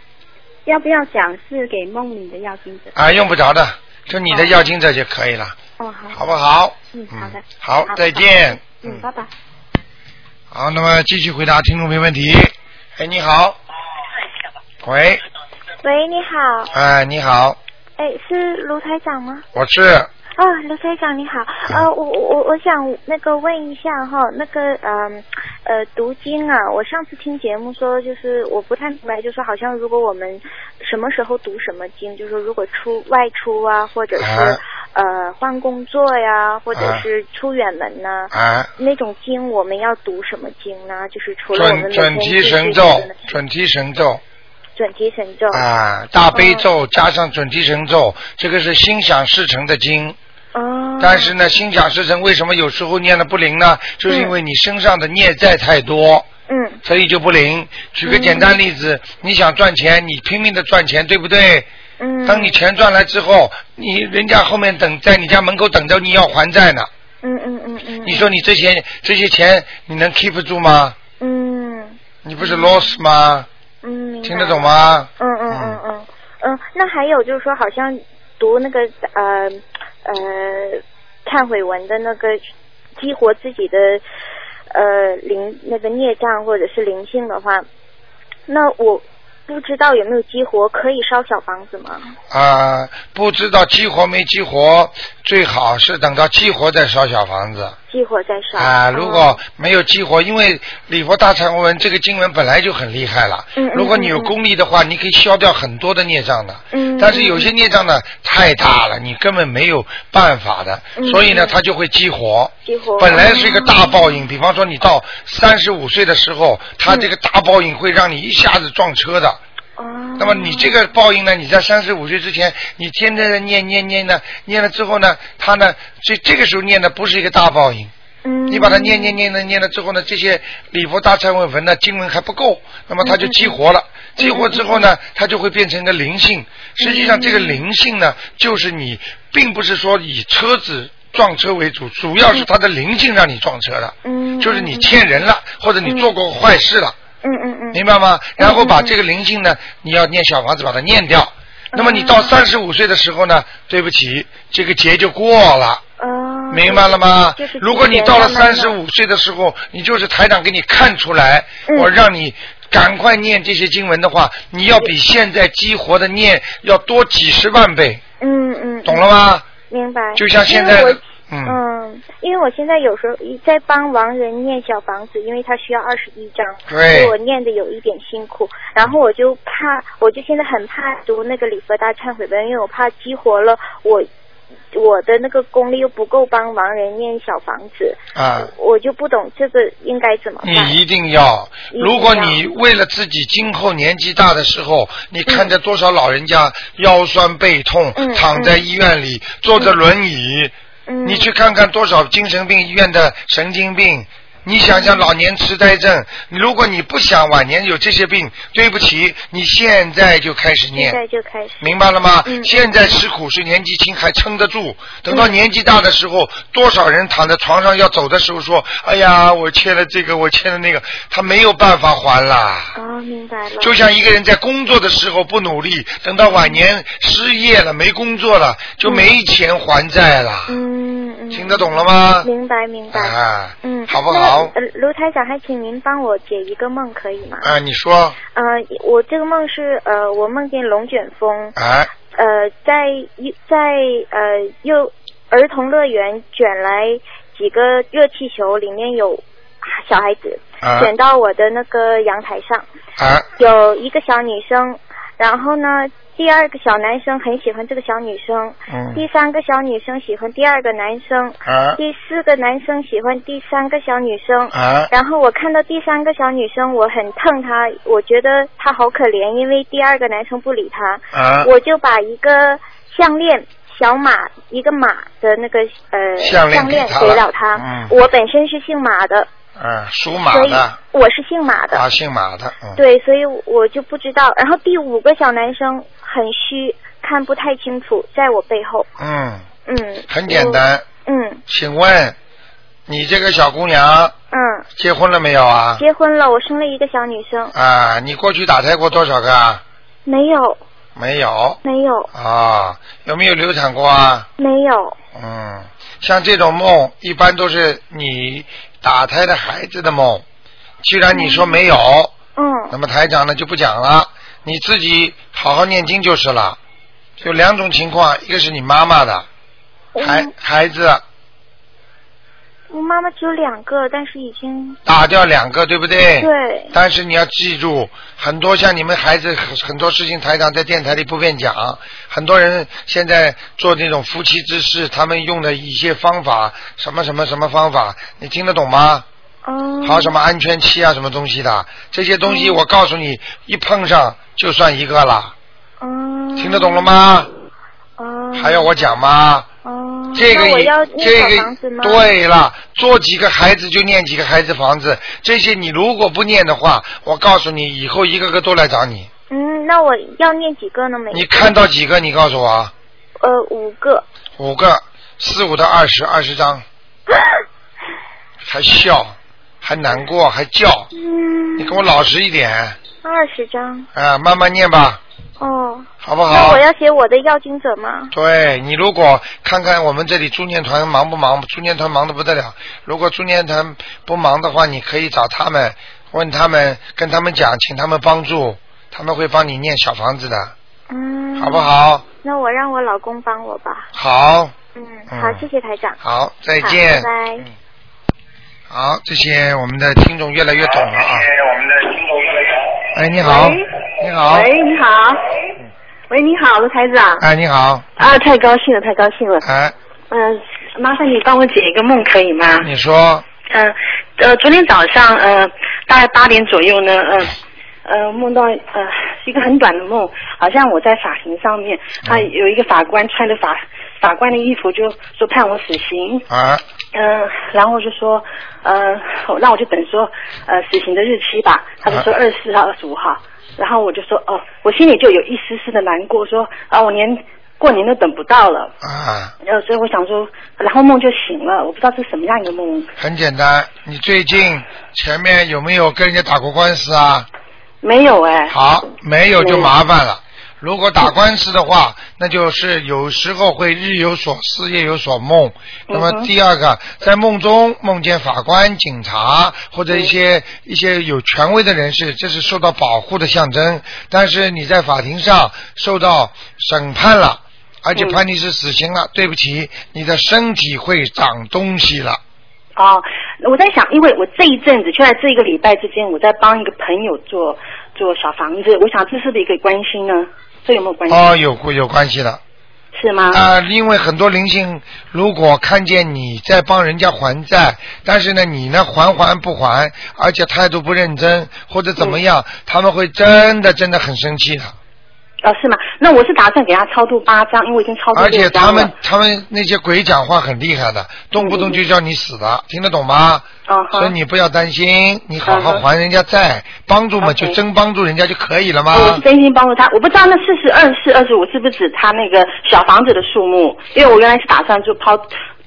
Speaker 4: 要不要讲是给梦里的要经者？
Speaker 1: 啊，用不着的，就你的要经者就可以了，
Speaker 4: 哦，好，
Speaker 1: 好不好？
Speaker 4: 嗯，好的，
Speaker 1: 好再见。
Speaker 4: 嗯，拜拜。
Speaker 1: 好，那么继续回答听众朋友问题。哎，你
Speaker 15: 哦
Speaker 1: 好，喂，
Speaker 15: 喂，你好，
Speaker 1: 哎，你好，
Speaker 15: 哎，是卢台长吗？
Speaker 1: 我是
Speaker 15: 啊、哦，卢台长你好，呃，我我我我想那个问一下哈，那个嗯呃读经啊，我上次听节目说，就是我不太明白，就说好像如果我们什么时候读什么经，就说如果出外出啊，或者是、
Speaker 1: 啊
Speaker 15: 呃换工作呀，或者
Speaker 1: 啊
Speaker 15: 是出远门呐、
Speaker 1: 啊
Speaker 15: 那种经我们要读什么经呢？就是除了我们
Speaker 1: 准准
Speaker 15: 每天
Speaker 1: 提神咒，准提神咒
Speaker 15: 准提神咒
Speaker 1: 啊，大悲
Speaker 15: 哦
Speaker 1: 咒加上准提神咒，这个是心想事成的经。
Speaker 15: 哦。
Speaker 1: 但是呢，心想事成为什么有时候念的不灵呢？就是因为你身上的孽债太多。
Speaker 15: 嗯。
Speaker 1: 所以就不灵。举个简单例子，你想赚钱，你拼命的赚钱，对不对？
Speaker 15: 嗯。
Speaker 1: 当你钱赚来之后，你人家后面等在你家门口等着你要还债呢。
Speaker 15: 嗯嗯嗯嗯
Speaker 1: 你说你这些这些钱你能 keep 住吗？
Speaker 15: 嗯
Speaker 1: 你不是 loss 吗？
Speaker 15: 嗯，明白
Speaker 1: 听得懂吗？
Speaker 15: 嗯嗯嗯嗯嗯，那还有就是说，好像读那个呃呃忏悔文的那个激活自己的呃灵那个孽障或者是灵性的话，那我不知道有没有激活，可以烧小房子吗？
Speaker 1: 啊、不知道激活没激活，最好是等到激活再烧小房子。
Speaker 15: 激活再烧
Speaker 1: 啊，如
Speaker 15: 哦
Speaker 1: 果没有激活，因为礼佛大忏悔文这个经文本来就很厉害了。
Speaker 15: 嗯嗯
Speaker 1: 如果你有功力的话，你可以消掉很多的孽障的。
Speaker 15: 嗯
Speaker 1: 但是有些孽障呢太大了，你根本没有办法的，
Speaker 15: 嗯哦
Speaker 1: 所以呢，
Speaker 15: 嗯
Speaker 1: 它就会激活。
Speaker 15: 激活
Speaker 1: 本来是一个大报应，比方说你到三十五岁的时候，它这个大报应会让你一下子撞车的。
Speaker 15: 哦
Speaker 1: 那么你这个报应呢？你在三十五岁之前，你天天的念念念呢，念了之后呢，它呢，这这个时候念的不是一个大报应，
Speaker 15: 嗯
Speaker 1: 你把它念念念了念了之后呢，这些礼佛大忏悔文呢经文还不够，那么它就激活
Speaker 15: 嗯
Speaker 1: 了，激活之后呢，它就会变成一个灵性。实际上这个灵性呢，就是你并不是说以车子撞车为主，主要是它的灵性让你撞车了，
Speaker 15: 嗯
Speaker 1: 就是你欠人了，或者你做过坏事了。
Speaker 15: 嗯嗯嗯，
Speaker 1: 明白吗？然后把这个灵性呢，你要念小房子把它念掉。那么你
Speaker 15: 嗯
Speaker 1: 到三十五岁的时候呢，对不起，这个劫就过了。明白了吗
Speaker 15: 就是就是？
Speaker 1: 如果你到了
Speaker 15: 慢慢
Speaker 1: 三
Speaker 15: 地
Speaker 1: 十五岁的时候，你就是台长给你看出来，
Speaker 15: 嗯
Speaker 1: 我让你赶快念这些经文的话，你要比现在激活的念要多几十万倍，
Speaker 15: 嗯嗯，
Speaker 1: 懂了吗？
Speaker 15: 明白。
Speaker 1: 就像现
Speaker 15: 因
Speaker 1: 在
Speaker 15: 为
Speaker 1: 的
Speaker 15: 我，
Speaker 1: 嗯，
Speaker 15: 嗯，因为我现在有时候在帮亡人念小房子，因为他需要二十一张，
Speaker 1: 对
Speaker 15: 所以我念的有一点辛苦。然后我就怕，我就现在很怕读那个礼佛大忏悔文，因为我怕激活了我我的那个功力又不够帮亡人念小房子，
Speaker 1: 啊。
Speaker 15: 我就不懂这个应该怎么办。
Speaker 1: 你一定要，
Speaker 15: 一定
Speaker 1: 如果你为了自己今后年纪大的时候，你看着多少老人家腰酸背痛，
Speaker 15: 嗯
Speaker 1: 躺在医院里、坐着轮椅，
Speaker 15: 嗯
Speaker 1: 你去看看多少精神病医院的神经病。你想
Speaker 15: 嗯
Speaker 1: 想老年痴呆症，如果你不想晚年有这些病，对不起，你现在就开始念
Speaker 15: 现，在就开始。
Speaker 1: 明白了吗？
Speaker 15: 嗯
Speaker 1: 现在吃苦是年纪轻还撑得住，等到
Speaker 15: 嗯
Speaker 1: 年纪大的时候，多少人躺在床上要走的时候说：“哎呀，我欠了这个，我欠了那个，他没有办法还啦。
Speaker 15: 哦，明白了。”
Speaker 1: 就像一个人在工作的时候不努力，等到晚年失业了、没工作了，就没钱还债了。
Speaker 15: 嗯嗯，
Speaker 1: 听得懂了吗？
Speaker 15: 明白明白。
Speaker 1: 啊，
Speaker 15: 嗯，
Speaker 1: 好不好
Speaker 15: 那呃卢台长，还请您帮我解一个梦，可以吗？
Speaker 1: 啊，你说，
Speaker 15: 呃，我这个梦是呃，我梦见龙卷风，
Speaker 1: 哎，
Speaker 15: 呃，在一在呃幼儿童乐园卷来几个热气球，里面有小孩子，
Speaker 1: 啊
Speaker 15: 卷到我的那个阳台上，
Speaker 1: 啊
Speaker 15: 有一个小女生，然后呢，第二个小男生很喜欢这个小女生，
Speaker 1: 嗯
Speaker 15: 第三个小女生喜欢第二个男生，
Speaker 1: 啊
Speaker 15: 第四个男生喜欢第三个小女生，
Speaker 1: 啊
Speaker 15: 然后我看到第三个小女生，我很疼她，我觉得她好可怜，因为第二个男生不理她，
Speaker 1: 啊
Speaker 15: 我就把一个项链。小马一个马的那个呃
Speaker 1: 项链给她
Speaker 15: 给
Speaker 1: 了
Speaker 15: 了她，
Speaker 1: 嗯
Speaker 15: 我本身是姓马的，
Speaker 1: 嗯，属马
Speaker 15: 所以
Speaker 1: 的，
Speaker 15: 我是姓马的，
Speaker 1: 啊，姓马的，嗯，
Speaker 15: 对，所以我就不知道。然后第五个小男生很虚，看不太清楚，在我背后。
Speaker 1: 嗯，
Speaker 15: 嗯，
Speaker 1: 很简单。
Speaker 15: 我。嗯
Speaker 1: 请问，你这个小姑娘
Speaker 15: 嗯，
Speaker 1: 结婚了没有啊？
Speaker 15: 结婚了，我生了一个小女生，
Speaker 1: 啊，你过去打胎过多少个啊？
Speaker 15: 没有，
Speaker 1: 没有。
Speaker 15: 没有，
Speaker 1: 啊，有没有流产过啊？
Speaker 15: 没有。
Speaker 1: 嗯，像这种梦一般都是你打胎的孩子的梦。既然你说没有，
Speaker 15: 嗯
Speaker 1: 那么台长呢就不讲了，你自己好好念经就是了。有两种情况，一个是你妈妈的
Speaker 15: 嗯
Speaker 1: 孩孩子
Speaker 15: 我妈妈只有两个，但是已经
Speaker 1: 打掉两个，对不对？
Speaker 15: 对。
Speaker 1: 但是你要记住，很多像你们孩子很很多事情，台长在电台里不便讲。很多人现在做这种夫妻之事，他们用的一些方法，什么什么什么方法，你听得懂吗？
Speaker 15: 哦。
Speaker 1: 还有什么安全期啊，什么东西的，这些东西
Speaker 15: 嗯
Speaker 1: 我告诉你，一碰上就算一个了。
Speaker 15: 嗯。
Speaker 1: 听得懂了吗？
Speaker 15: 哦。
Speaker 1: 还要我讲吗？
Speaker 15: 哦。
Speaker 1: 这个
Speaker 15: 那我
Speaker 1: 也
Speaker 15: 要
Speaker 1: 这
Speaker 15: 念小房子
Speaker 1: 个
Speaker 15: 吗？
Speaker 1: 对了，做几个孩子就念几个孩子房子，这些你如果不念的话，我告诉你，以后一个个都来找你。
Speaker 15: 嗯，那我要念几个呢？每
Speaker 1: 你看到几个？你告诉我啊，
Speaker 15: 呃五个。
Speaker 1: 五个，四五到二十，二十
Speaker 15: [LAUGHS]
Speaker 1: 张，还笑，还难过，还叫，
Speaker 15: 嗯
Speaker 1: 你给我老实一点
Speaker 15: 二十张
Speaker 1: 啊，慢慢念吧，
Speaker 15: 哦。
Speaker 1: 好不
Speaker 15: 那
Speaker 1: 好
Speaker 15: 我？要写我的要经者吗？
Speaker 1: 对你如果看看我们这里助念团忙不忙，助念团忙得不得了。如果助念团不忙的话，你可以找他们，问他们，跟他们讲，请他们帮助，他们会帮你念小房子的，
Speaker 15: 嗯。
Speaker 1: 好不？好？
Speaker 15: 那我让我老公帮我吧。
Speaker 1: 好，
Speaker 15: 嗯，
Speaker 1: 嗯
Speaker 15: 好，谢谢台长。
Speaker 1: 好，再
Speaker 15: 好
Speaker 1: 见。
Speaker 15: 拜拜。
Speaker 1: 好，这些我们的听众越来越懂了啊。哎，你好，你好，
Speaker 16: 喂，你好。喂，你好，卢台长。
Speaker 1: 哎，你好，
Speaker 16: 啊，太高兴了，太高兴了。
Speaker 1: 哎，
Speaker 16: 嗯、麻烦你帮我解一个梦，可以吗？
Speaker 1: 你说，
Speaker 16: 嗯、呃，昨天早上，呃，大概八点左右呢，嗯、呃，梦到呃是一个很短的梦，好像我在法庭上面，
Speaker 1: 嗯
Speaker 16: 他有一个法官穿着法法官的衣服，就说判我死刑。
Speaker 1: 啊，
Speaker 16: 嗯，然后就说，呃，我那我就等说，呃，死刑的日期吧。他就说
Speaker 17: 啊
Speaker 16: 二十四号、二十五号，然后我就说，哦，我心里就有一丝丝的难过，说啊，我连过年都等不到了。
Speaker 1: 啊，
Speaker 16: 然后所以我想说，然后梦就醒了，我不知道是什么样一个梦。
Speaker 1: 很简单，你最近前面有没有跟人家打过官司啊？
Speaker 16: 没有哎。
Speaker 1: 好，没有就麻烦了。如果打官司的话，
Speaker 16: 嗯
Speaker 1: 那就是有时候会日有所思，夜有所梦。那么
Speaker 16: 嗯哼
Speaker 1: 第二个，在梦中梦见法官、警察或者一些
Speaker 16: 嗯
Speaker 1: 一些有权威的人士，这是受到保护的象征。但是你在法庭上受到审判了，而
Speaker 16: 嗯
Speaker 1: 且判你是死刑了，对不起，你的身体会长东西了。
Speaker 16: 哦，我在想，因为我这一阵子就在这一个礼拜之间，我在帮一个朋友做做小房子，我想这是不是一个关系呢？这有没有关系？
Speaker 1: 哦，有有关系的。
Speaker 16: 是吗？
Speaker 1: 啊、因为很多灵性如果看见你在帮人家还债，但是呢，你呢还还不还，而且态度不认真或者怎么样，
Speaker 16: 嗯
Speaker 1: 他们会真的真的很生气的。
Speaker 16: 哦，是吗？那我是打算给他超度八张，因为我已经超度
Speaker 1: 而
Speaker 16: 六
Speaker 1: 且
Speaker 16: 张
Speaker 1: 他
Speaker 16: 了。
Speaker 1: 们他们那些鬼讲话很厉害的，动不动就叫你死的，听得懂吗？
Speaker 16: 哦好
Speaker 1: 所以你不要担心，你好好
Speaker 16: 嗯哼
Speaker 1: 还人家债，帮助嘛
Speaker 16: OK 嗯
Speaker 1: 就真帮助人家就可以了嘛。
Speaker 16: 我是真心帮助他，我不知道那四十二、四二十五是不是指他那个小房子的数目，因为我原来是打算就抛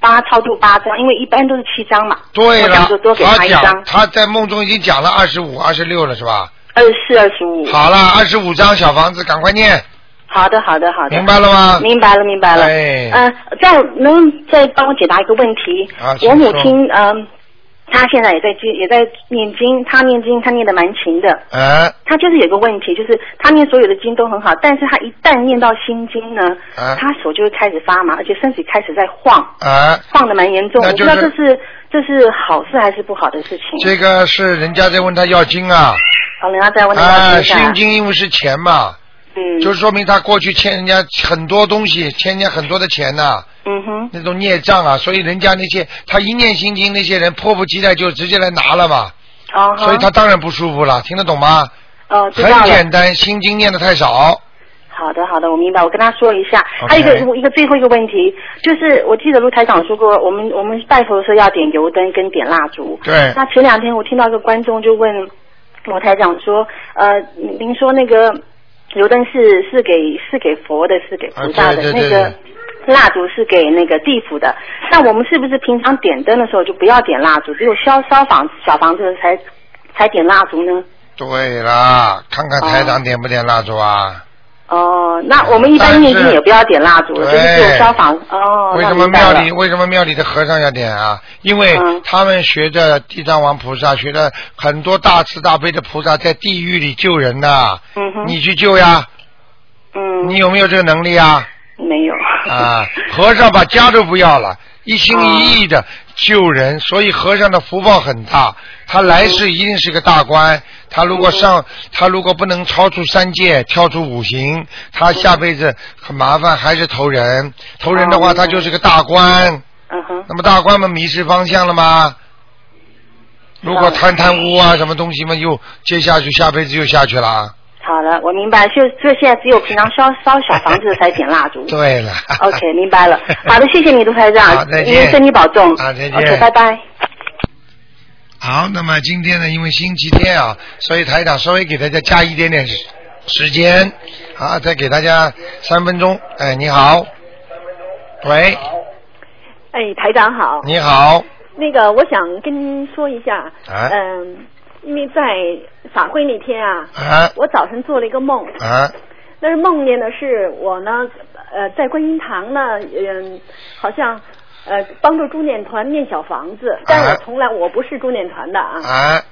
Speaker 16: 帮他超度八张，因为一般都是七张嘛。
Speaker 1: 对
Speaker 16: 我想
Speaker 1: 了
Speaker 16: 说多，给他一
Speaker 1: 讲
Speaker 16: 张，
Speaker 1: 他在梦中已经讲了二十五、二十六了，是吧？
Speaker 16: 二十四、二十五。
Speaker 1: 好了，二十五张小房子，赶快念。
Speaker 16: 好的，好的，好的。
Speaker 1: 明白了吗
Speaker 16: 明白了，明白了。
Speaker 1: 哎
Speaker 16: 呃，再能再帮我解答一个问题？
Speaker 1: 啊请
Speaker 16: 我母
Speaker 1: 说
Speaker 16: 亲，嗯、她现在也在接，也在念经，她念经，她念的蛮勤的。
Speaker 1: 哎
Speaker 16: 她就是有个问题，就是她念所有的经都很好，但是她一旦念到心经呢，
Speaker 1: 哎
Speaker 16: 她手就会开始发麻，而且身体开始在晃，
Speaker 1: 哎，
Speaker 16: 晃的蛮严重。
Speaker 1: 那
Speaker 16: 我
Speaker 1: 就
Speaker 16: 不知
Speaker 1: 是
Speaker 16: 道这是这是好事还是不好的事情。
Speaker 1: 这个是人家在问他要经啊，
Speaker 16: 好，人家再问啊她
Speaker 1: 哎，
Speaker 16: 一下
Speaker 1: 心。经因为是钱嘛，
Speaker 16: 嗯，
Speaker 1: 就是说明他过去欠人家很多东西，欠人家很多的钱呐、
Speaker 16: 嗯哼，
Speaker 1: 那种孽障啊，所以人家那些他一念心经，那些人迫不及待就直接来拿了嘛，
Speaker 16: 哦，
Speaker 1: 所以他当然不舒服了，听得懂吗？
Speaker 16: 哦，知
Speaker 1: 很
Speaker 16: 道了。
Speaker 1: 简单，心经念的太少，
Speaker 16: 好的，好的，我明白，我跟他说一下。
Speaker 1: OK
Speaker 16: 还有一个一个最后一个问题，就是我记得卢台长说过，我们我们拜佛的时候要点油灯跟点蜡烛。
Speaker 17: 对
Speaker 16: 那前两天我听到一个观众就问卢台长说，呃，您您说那个油灯是是给是给佛的，是给菩萨
Speaker 17: 啊
Speaker 16: 的，
Speaker 17: 对对对
Speaker 16: 那个蜡烛是给那个地府的。那我们是不是平常点灯的时候就不要点蜡烛，只有烧烧房小房子的时候才才点蜡烛呢？
Speaker 1: 对啦，看看台长点不点蜡烛啊？
Speaker 16: 哦，哦，那我们一般念经也不要点蜡烛，就是
Speaker 1: 哎
Speaker 16: 只有消防哦。
Speaker 1: 为
Speaker 16: 那
Speaker 1: 什么
Speaker 16: 明白
Speaker 1: 庙
Speaker 16: 了嗯
Speaker 1: 里为什么庙里的和尚要点啊？因为他们学着地藏王菩萨，学着很多大慈大悲的菩萨在地狱里救人呐。
Speaker 16: 嗯哼
Speaker 1: 你去救呀。
Speaker 16: 嗯。
Speaker 1: 你有没有这个能力啊？
Speaker 16: 没有？
Speaker 1: 啊，和尚把家都不要了，一心一意
Speaker 16: 啊
Speaker 1: 的救人，所以和尚的福报很大。他来世一定是个大官。他如
Speaker 16: 嗯
Speaker 1: 果上，他如果不能超出三界，跳出五行，他下辈子很麻烦，还是投人。投人的
Speaker 16: 哦
Speaker 1: 话，他就是个大官。
Speaker 16: 嗯哼。
Speaker 1: 那么大官们迷失方向了吗？如果贪贪污
Speaker 16: 嗯
Speaker 1: 啊，什么东西嘛，又接下去，下辈子又下去了啊。
Speaker 16: 好了，我明白，就就现在只有平常烧烧小房子才点蜡
Speaker 1: [LAUGHS]
Speaker 16: 烛。
Speaker 1: 对了，
Speaker 16: OK，明白了。好的，谢谢你，卢台
Speaker 1: 好
Speaker 16: 长，
Speaker 1: 再见
Speaker 16: 您身体保重。
Speaker 1: 啊再见
Speaker 16: OK，拜拜。
Speaker 1: 好，那么今天呢，因为星期天啊，所以台长稍微给大家加一点点时时间，啊，再给大家三分钟。哎，你好，喂，
Speaker 17: 哎，台长好。
Speaker 1: 你好，
Speaker 17: 那个，我想跟您说一下，
Speaker 1: 啊
Speaker 17: 嗯，因为在法会那天啊，
Speaker 1: 啊
Speaker 17: 我早晨做了一个梦，
Speaker 1: 啊，
Speaker 17: 但是梦见呢是我呢，呃，在观音堂呢，嗯、好像呃帮助助念团念小房子，但是我从来我不是助念团的啊，
Speaker 1: 啊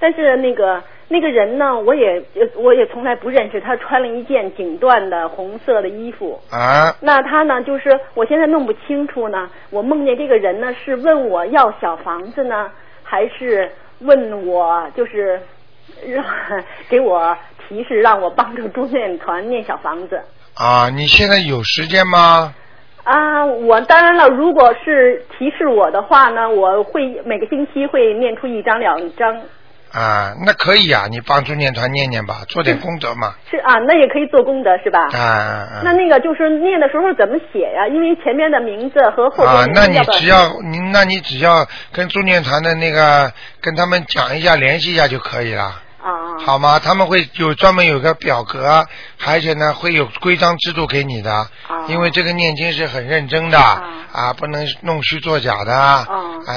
Speaker 17: 但是那个那个人呢，我也我也从来不认识，他穿了一件锦缎的红色的衣服，
Speaker 1: [LAUGHS] 啊
Speaker 17: 那他呢，就是我现在弄不清楚呢，我梦见这个人呢是问我要小房子呢，还是问我就是让 [LAUGHS] 给我提示让我帮助中建团念小房子
Speaker 1: 啊，你现在有时间吗？
Speaker 17: 啊？我当然了，如果是提示我的话呢，我会每个星期会念出一张两张，
Speaker 1: 啊，那可以啊，你帮助念团念念吧，做点功德嘛。
Speaker 17: 是啊，那也可以做功德是吧？
Speaker 1: 啊啊
Speaker 17: 那那个就是念的时候怎么写呀、因为前面的名字和后
Speaker 1: 啊
Speaker 17: 边，的
Speaker 1: 那
Speaker 17: 名
Speaker 1: 你
Speaker 17: 字
Speaker 1: 只要你，那你只要跟助念团的那个跟他们讲一下，联系一下就可以了。
Speaker 17: 啊
Speaker 1: 好吗？他们会有专门有个表格，而且呢会有规章制度给你的，因为这个念经是很认真的、啊，不能弄虚作假的、啊，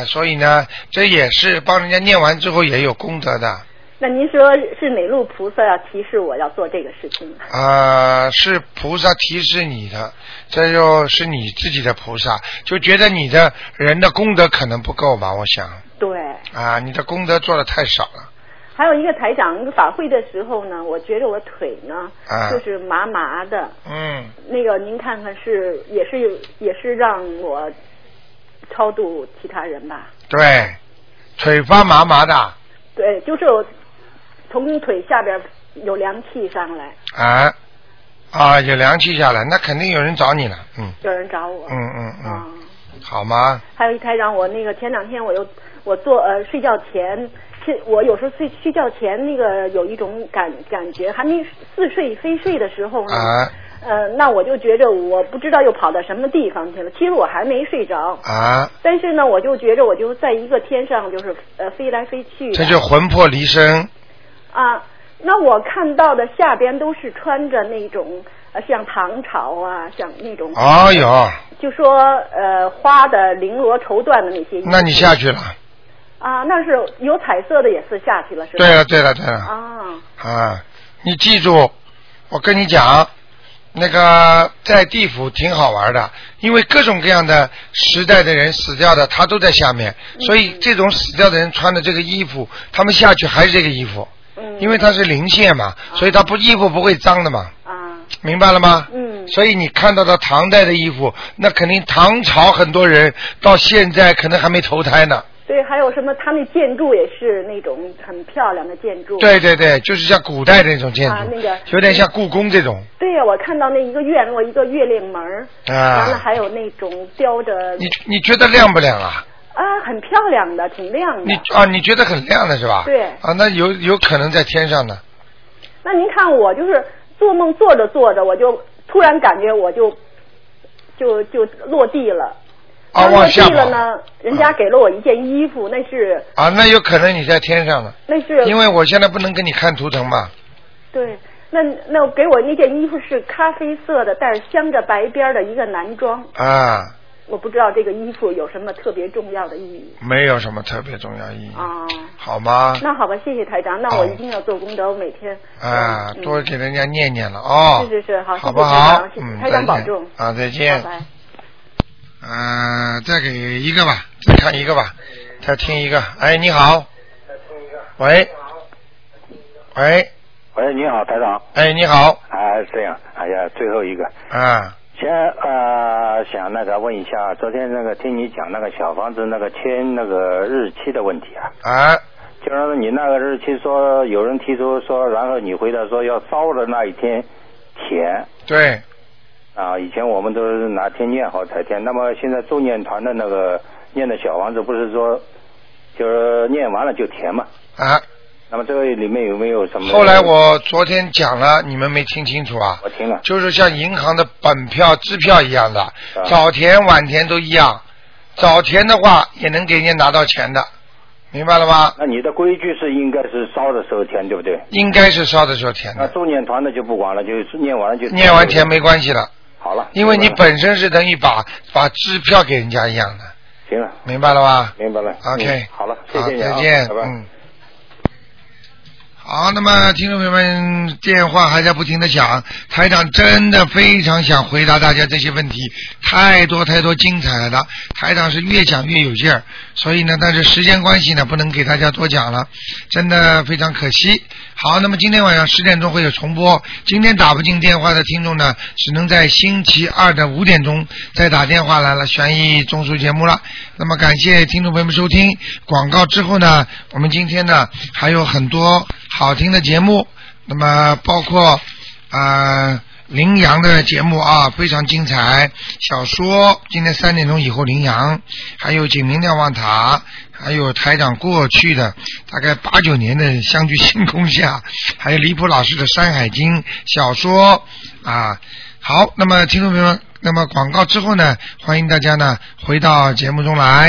Speaker 1: 所以呢这也是帮人家念完之后也有功德的。
Speaker 17: 那您说是哪路菩萨要提示我要做这个事情？
Speaker 1: [LAUGHS] 啊，是菩萨提示你的，这就是你自己的菩萨，就觉得你的人的功德可能不够吧？我想
Speaker 17: 对，
Speaker 1: 啊，你的功德做的太少了
Speaker 17: 还有一个台长法会的时候呢，我觉着我腿呢、
Speaker 1: 啊
Speaker 17: 就是麻麻的，
Speaker 1: 嗯，
Speaker 17: 那个您看看是也是也是让我超度其他人吧？
Speaker 1: 对，腿发麻麻的
Speaker 17: 对，就是我从腿下边有凉气上来，
Speaker 1: 啊啊，有凉气下来，那肯定有人找你了，嗯。
Speaker 17: 有人找我。
Speaker 1: 嗯嗯嗯，好吗？
Speaker 17: 还有一台长，我那个前两天我又我做呃睡觉前，睡我有时候睡睡觉前那个有一种感感觉，还没似睡非睡的时候呢，
Speaker 1: 啊
Speaker 17: 呃，那我就觉着我不知道又跑到什么地方去了。其实我还没睡着，
Speaker 1: 啊，
Speaker 17: 但是呢，我就觉着我就在一个天上就是呃飞来飞去的。
Speaker 1: 这就魂魄离身
Speaker 17: 啊。那我看到的下边都是穿着那种呃像唐朝啊，像那种
Speaker 1: 哦哟，
Speaker 17: 就说呃花的绫罗绸缎的那些衣服。
Speaker 1: 那你下去了
Speaker 17: 啊，那是有彩色的也是下去了，是吧？
Speaker 1: 对了对了对了
Speaker 17: 啊，
Speaker 1: 啊！你记住，我跟你讲，那个在地府挺好玩的，因为各种各样的时代的人死掉的，他都在下面，
Speaker 17: 嗯
Speaker 1: 所以这种死掉的人穿的这个衣服，他们下去还是这个衣服，
Speaker 17: 嗯
Speaker 1: 因为它是灵线嘛，
Speaker 17: 啊
Speaker 1: 所以他不衣服不会脏的嘛，明白了吗？
Speaker 17: 嗯，
Speaker 1: 所以你看到的唐代的衣服，那肯定唐朝很多人到现在可能还没投胎呢。
Speaker 17: 对，还有什么？他那建筑也是那种很漂亮的建筑。
Speaker 1: 对对对，就是像古代那种建筑，
Speaker 17: 啊那个
Speaker 1: 有点像故宫这种
Speaker 17: 对呀，我看到那一个院落，一个月亮门儿，完了
Speaker 1: 啊。
Speaker 17: 还有那种雕着
Speaker 1: 你你觉得亮不亮啊？
Speaker 17: 啊，很漂亮的，挺亮
Speaker 1: 你
Speaker 17: 的。
Speaker 1: 啊，你觉得很亮的是吧？
Speaker 17: 嗯对
Speaker 1: 啊，那有有可能在天上呢。
Speaker 17: 那您看我就是做梦做着做着，我就突然感觉我就就就落地了。
Speaker 1: 啊
Speaker 17: 当落
Speaker 1: 往
Speaker 17: 地
Speaker 1: 下
Speaker 17: 了呢，人家给了我一件衣服，那是
Speaker 1: 啊，那有可能你在天上呢，
Speaker 17: 那是
Speaker 1: 因为我现在不能给你看图腾嘛。
Speaker 17: 对，那那我给我那件衣服是咖啡色的，但是镶着白边儿的一个男装。
Speaker 1: 啊，
Speaker 17: 我不知道这个衣服有什么特别重要的意义
Speaker 1: 没有什么特别重要意义，
Speaker 17: 啊。
Speaker 1: 好吗？
Speaker 17: 那好吧，谢谢台长，那我一定要做功德，我每天。
Speaker 1: 啊，多给人家念念了
Speaker 17: 嗯
Speaker 1: 哦。
Speaker 17: 是是是，好，
Speaker 1: 好
Speaker 17: 谢
Speaker 1: 不
Speaker 17: 谢
Speaker 1: 好
Speaker 17: 台长，谢谢
Speaker 1: 嗯，
Speaker 17: 台
Speaker 1: 再
Speaker 17: 长保
Speaker 1: 见
Speaker 17: 重。
Speaker 1: 啊，再见。
Speaker 17: 拜拜。
Speaker 1: 嗯，再给一个吧，再看一个吧，再听一个。哎，你好。喂。喂，
Speaker 18: 喂，你好，台长。
Speaker 1: 哎，你好。
Speaker 18: 啊，这样，哎呀，最后一个，
Speaker 1: 啊，
Speaker 18: 先呃，想那个问一下，昨天那个听你讲那个小房子那个签那个日期的问题啊，
Speaker 1: 啊，
Speaker 18: 就是你那个日期说有人提出说，然后你回答说要烧的那一天填
Speaker 1: 对，
Speaker 18: 啊，以前我们都是拿天念好才填，那么现在助念团的那个念的小房子不是说就是念完了就填嘛？
Speaker 1: 啊，
Speaker 18: 那么这个里面有没有什么？
Speaker 1: 后来我昨天讲了，你们没听清楚啊？
Speaker 18: 我听了，啊
Speaker 1: 就是像银行的本票、支票一样的，早填晚填都一样。早填的话也能给人家拿到钱的，明白了吗？
Speaker 18: 那你的规矩是应该是烧的时候填，对不对？
Speaker 1: 应该是烧的时候填的，
Speaker 18: 那助念团的就不管了，就是念完了就
Speaker 1: 念完填没关系了，
Speaker 18: 好了，
Speaker 1: 因为你本身是等于把把支票给人家一样的，
Speaker 18: 行了，
Speaker 1: 明白了吧？
Speaker 18: 明白了。
Speaker 1: OK
Speaker 18: 嗯好了，谢谢你啊，
Speaker 1: 好再见
Speaker 18: 拜拜。
Speaker 1: 嗯好，那么听众朋友们，电话还在不停的响，台长真的非常想回答大家这些问题，太多太多精彩了，台长是越讲越有劲儿，所以呢，但是时间关系呢，不能给大家多讲了，真的非常可惜。好，那么今天晚上十点钟会有重播，今天打不进电话的听众呢，只能在星期二的五点钟再打电话来了，悬疑综述节目了。那么感谢听众朋友们收听广告之后呢，我们今天呢还有很多好听的节目，那么包括呃羚羊的节目啊，非常精彩。小说今天三点钟以后羚羊，还有警民瞭望塔，还有台长过去的大概八九年的相聚星空下， [LAUGHS] 还有离谱老师的《山海经》小说啊。好，那么听众朋友们，那么广告之后呢，欢迎大家呢回到节目中来。